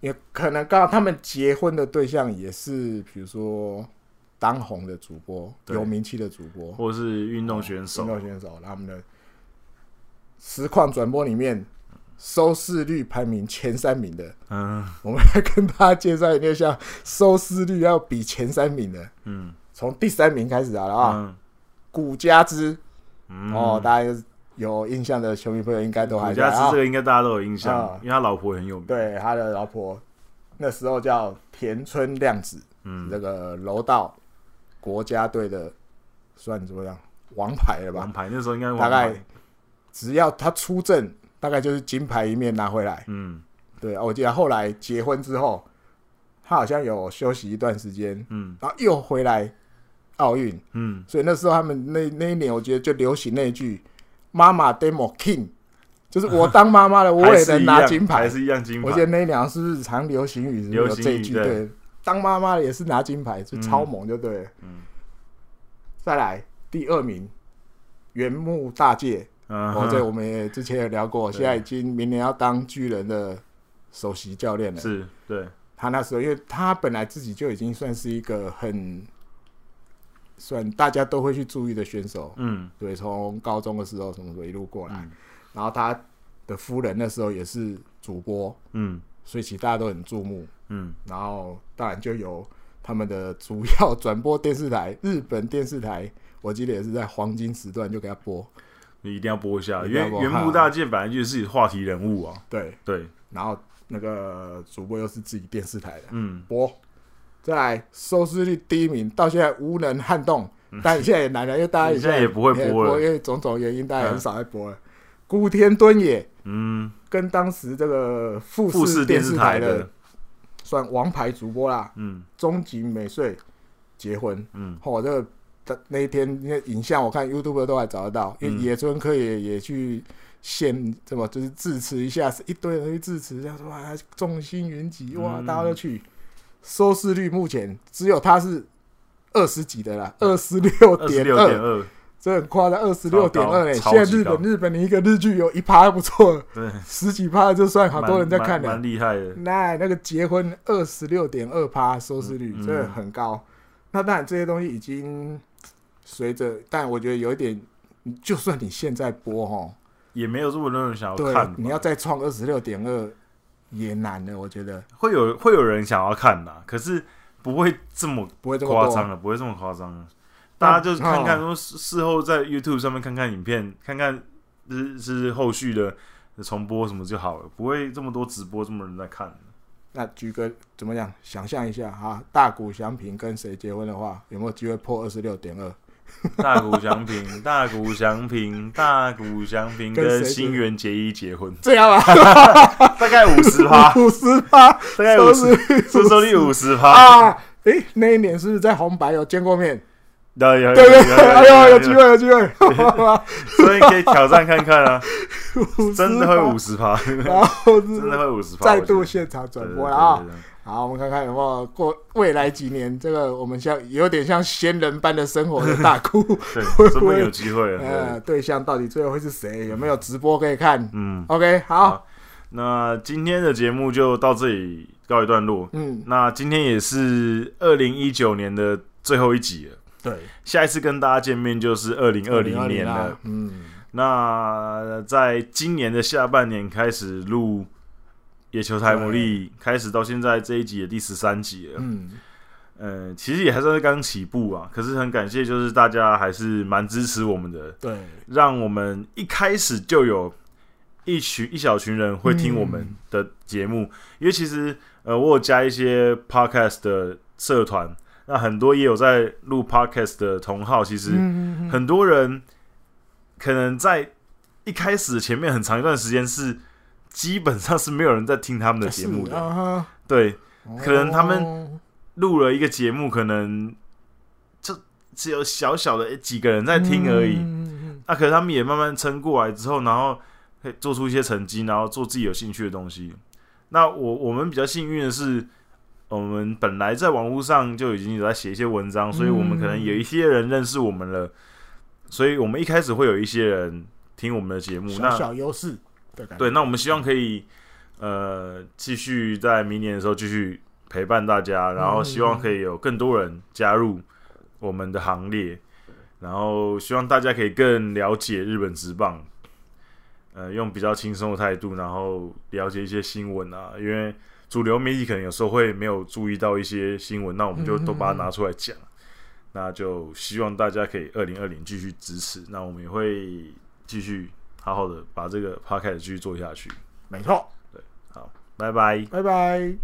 A: 也可能刚好他们结婚的对象也是比如说当红的主播、
B: 对
A: 有名气的主播、
B: 或是运动选
A: 运
B: 手
A: 动，选手，然后他们的实况转播里面收视率排名前三名的，
B: 嗯
A: 我们来跟大家介绍一下，像收视率要比前三名的，
B: 嗯
A: 从第三名开始好了啊。
B: 嗯
A: 古家之
B: 嗯
A: 哦，大家有印象的球迷朋友应该都还
B: 古
A: 在
B: 家
A: 啊
B: 之这。个应该大家都有印象
A: 啊，
B: 因为他老婆很有名，，
A: 对，他的老婆那时候叫田村亮子，
B: 嗯，
A: 这个柔道国家队的算怎么样王牌了吧
B: 王？牌那时候应该王
A: 大概
B: 牌
A: 只要他出阵，大概就是金牌一面拿回来。
B: 嗯
A: 对，啊我记得后来结婚之后，他好像有休息一段时间，
B: 嗯
A: 然后又回来奥运，
B: 嗯，
A: 所以那时候他们那那一年，我觉得就流行那一句“妈妈 demo king”，就是我当妈
B: (laughs)
A: 妈了，我
B: 还
A: 也
B: 是
A: 能
B: 一
A: 拿
B: 样
A: 金牌
B: 还。是一样金牌
A: 我记，得那一年好像是不是常流行语，是不是
B: 流
A: 有
B: 行
A: 这
B: 语
A: 一句？
B: 对
A: 对，当妈妈的也是拿金牌，就
B: 嗯
A: 超猛，就对了。
B: 嗯
A: 再来第二名，原木大介，
B: 嗯
A: 哦，这我们也之前有聊过，
B: 对
A: 现在已经明年要当巨人的首席教练了。
B: (laughs) 是对，
A: 他那时候，因为他本来自己就已经算是一个很算大家都会去注意的选手，
B: 嗯
A: 对，从高中的时候什么时候一路过来，
B: 嗯
A: 然后他的夫人那时候也是主播，
B: 嗯
A: 所以其实大家都很注目，
B: 嗯
A: 然后当然就由他们的主要转播电视台日本电视台，我记得也是在黄金时段就给他播，
B: 你一定要播一下，
A: 一
B: 因
A: 定要
B: 为
A: 播啊
B: 原木大介本来就是话题人物啊。
A: 对，
B: 对，
A: 然后那个主播又是自己电视台的
B: 嗯，
A: 播，再来收视率第一名，到现在无人撼动，但现在也难了，因为大家也
B: 嗯现在也不会播了
A: 因为种种原因，大家也很少在播了。古田敦也
B: 嗯，
A: 跟当时这个富
B: 富
A: 士
B: 士电
A: 视
B: 视
A: 台
B: 台
A: 的
B: 的，
A: 算王牌主播啦，
B: 嗯
A: 中井美穗结婚，
B: 嗯
A: 哦，这个他那一天那影像我看 YouTube 都还找得到，因为
B: 嗯
A: 野村克也也去献什么，就是致辞一下，是一堆人去致辞，这样说哇，众星云集，哇，
B: 嗯
A: 大家都去。收视率目前只有他是二十几的啦，二十六
B: 二十
A: 点
B: 六点
A: 二，
B: 二，
A: 这很夸张，二十六点二哎！
B: 超
A: 现
B: 高
A: 在日
B: 超级
A: 本
B: 高
A: 日本你一个日剧有一趴不错了，
B: 对，
A: 十几趴就算好多人在看
B: 蛮
A: 的
B: 蛮。厉害的。
A: 那那个结婚二十六点二趴收视率，
B: 嗯嗯
A: 这很高。那当然这些东西已经随着，但我觉得有一点，就算你现在播哦，
B: 也没有这么多人想要
A: 对
B: 看吧，，
A: 你要再创二十六点二也难了，我觉得
B: 会有会有人想要看啦，可是不会这么
A: 不会这么
B: 夸张啊
A: 多。
B: 了，不会这么夸张了。
A: 那
B: 大家就是看看
A: 哦
B: 说事事后在 YouTube 上面看看影片，看看是是后续的重播什么就好了，不会这么多直播这么多人在
A: (laughs)
B: 看。
A: 那举个怎么讲？想象一下啊，大谷翔平跟谁结婚的话，有没有机会破二十六点二？
B: 大谷翔平，大谷翔平，大谷翔平
A: 跟谁
B: 跟
A: 结
B: 新垣结衣
A: (laughs)
B: 结婚，
A: 这样
B: (laughs)
A: 啊，
B: 大概五十趴，
A: 五十趴
B: 大概
A: 收
B: 哎五
A: 视
B: 十，
A: 率
B: 出收率五十趴，
A: 啊！诶，那一年是不是在红白有见过面？
B: 有有有
A: 对不对？
B: 有有
A: 哎呦，有
B: 有
A: 机会，有机
B: (laughs)
A: 会，
B: 所以可以挑战看看啊，
A: 五十
B: 真的
A: (laughs)
B: 会五十趴，
A: 然后是
B: 真的会五十趴，
A: 再
B: 我
A: 度
B: 觉得
A: 现场转
B: 对
A: 播
B: 对
A: 了啊
B: 对！对对
A: 好，我们看看有没有过未来几年，这个我们像有点像仙人般的生活的大哭，
B: (laughs) 对，说不定有机会啊。
A: 呃，
B: 对
A: 对象到底最后会是谁？有没有直播可以看
B: 嗯，
A: ？OK，好
B: 好，那今天的节目就到这里告一段落。
A: 嗯，
B: 那今天也是二零一九年的最后一集了，
A: 对，
B: 下一次跟大家见面就是二零二零年了
A: 啊。，嗯，
B: 那在今年的下半年开始录《野球台魔力》，开始到现在这一集的第十三集了。
A: 嗯，
B: 嗯，其实也还算是刚起步啊，可是很感谢，就是大家还是蛮支持我们的。
A: 对，
B: 让我们一开始就有一群一小群人会听我们
A: 嗯
B: 的节目，因为其实呃，我有加一些 podcast 的社团，那很多也有在录 podcast 的同号，其实
A: 嗯，
B: 很多人可能在一开始前面很长一段时间是基本上是没有人在听他们的节目
A: 是
B: 的，
A: 啊哈
B: 对，可能他们
A: 哦
B: 录了一个节目，可能就只有小小的几个人在听而已。
A: 嗯嗯嗯
B: 那、可是他们也慢慢撑过来之后，然后可以做出一些成绩，然后做自己有兴趣的东西。那我我们比较幸运的是，我们本来在网络上就已经有在写一些文章，所以我们可能有一些人认识我们了，所以我们一开始会有一些人听我们的节目。
A: 小
B: 嗯那
A: 小优势的感觉，
B: 对，那我们希望可以呃继续在明年的时候继续陪伴大家，然后希望可以有更多人加入我们的行列，然后希望大家可以更了解日本职棒，呃，用比较轻松的态度，然后了解一些新闻啊，因为主流媒体可能有时候会没有注意到一些新闻，那我们就都把它拿出来讲。那就希望大家可以二零二零继续支持，那我们也会继续好好的把这个 podcast 继续做下去。
A: 没错，
B: 拜拜。
A: 拜拜。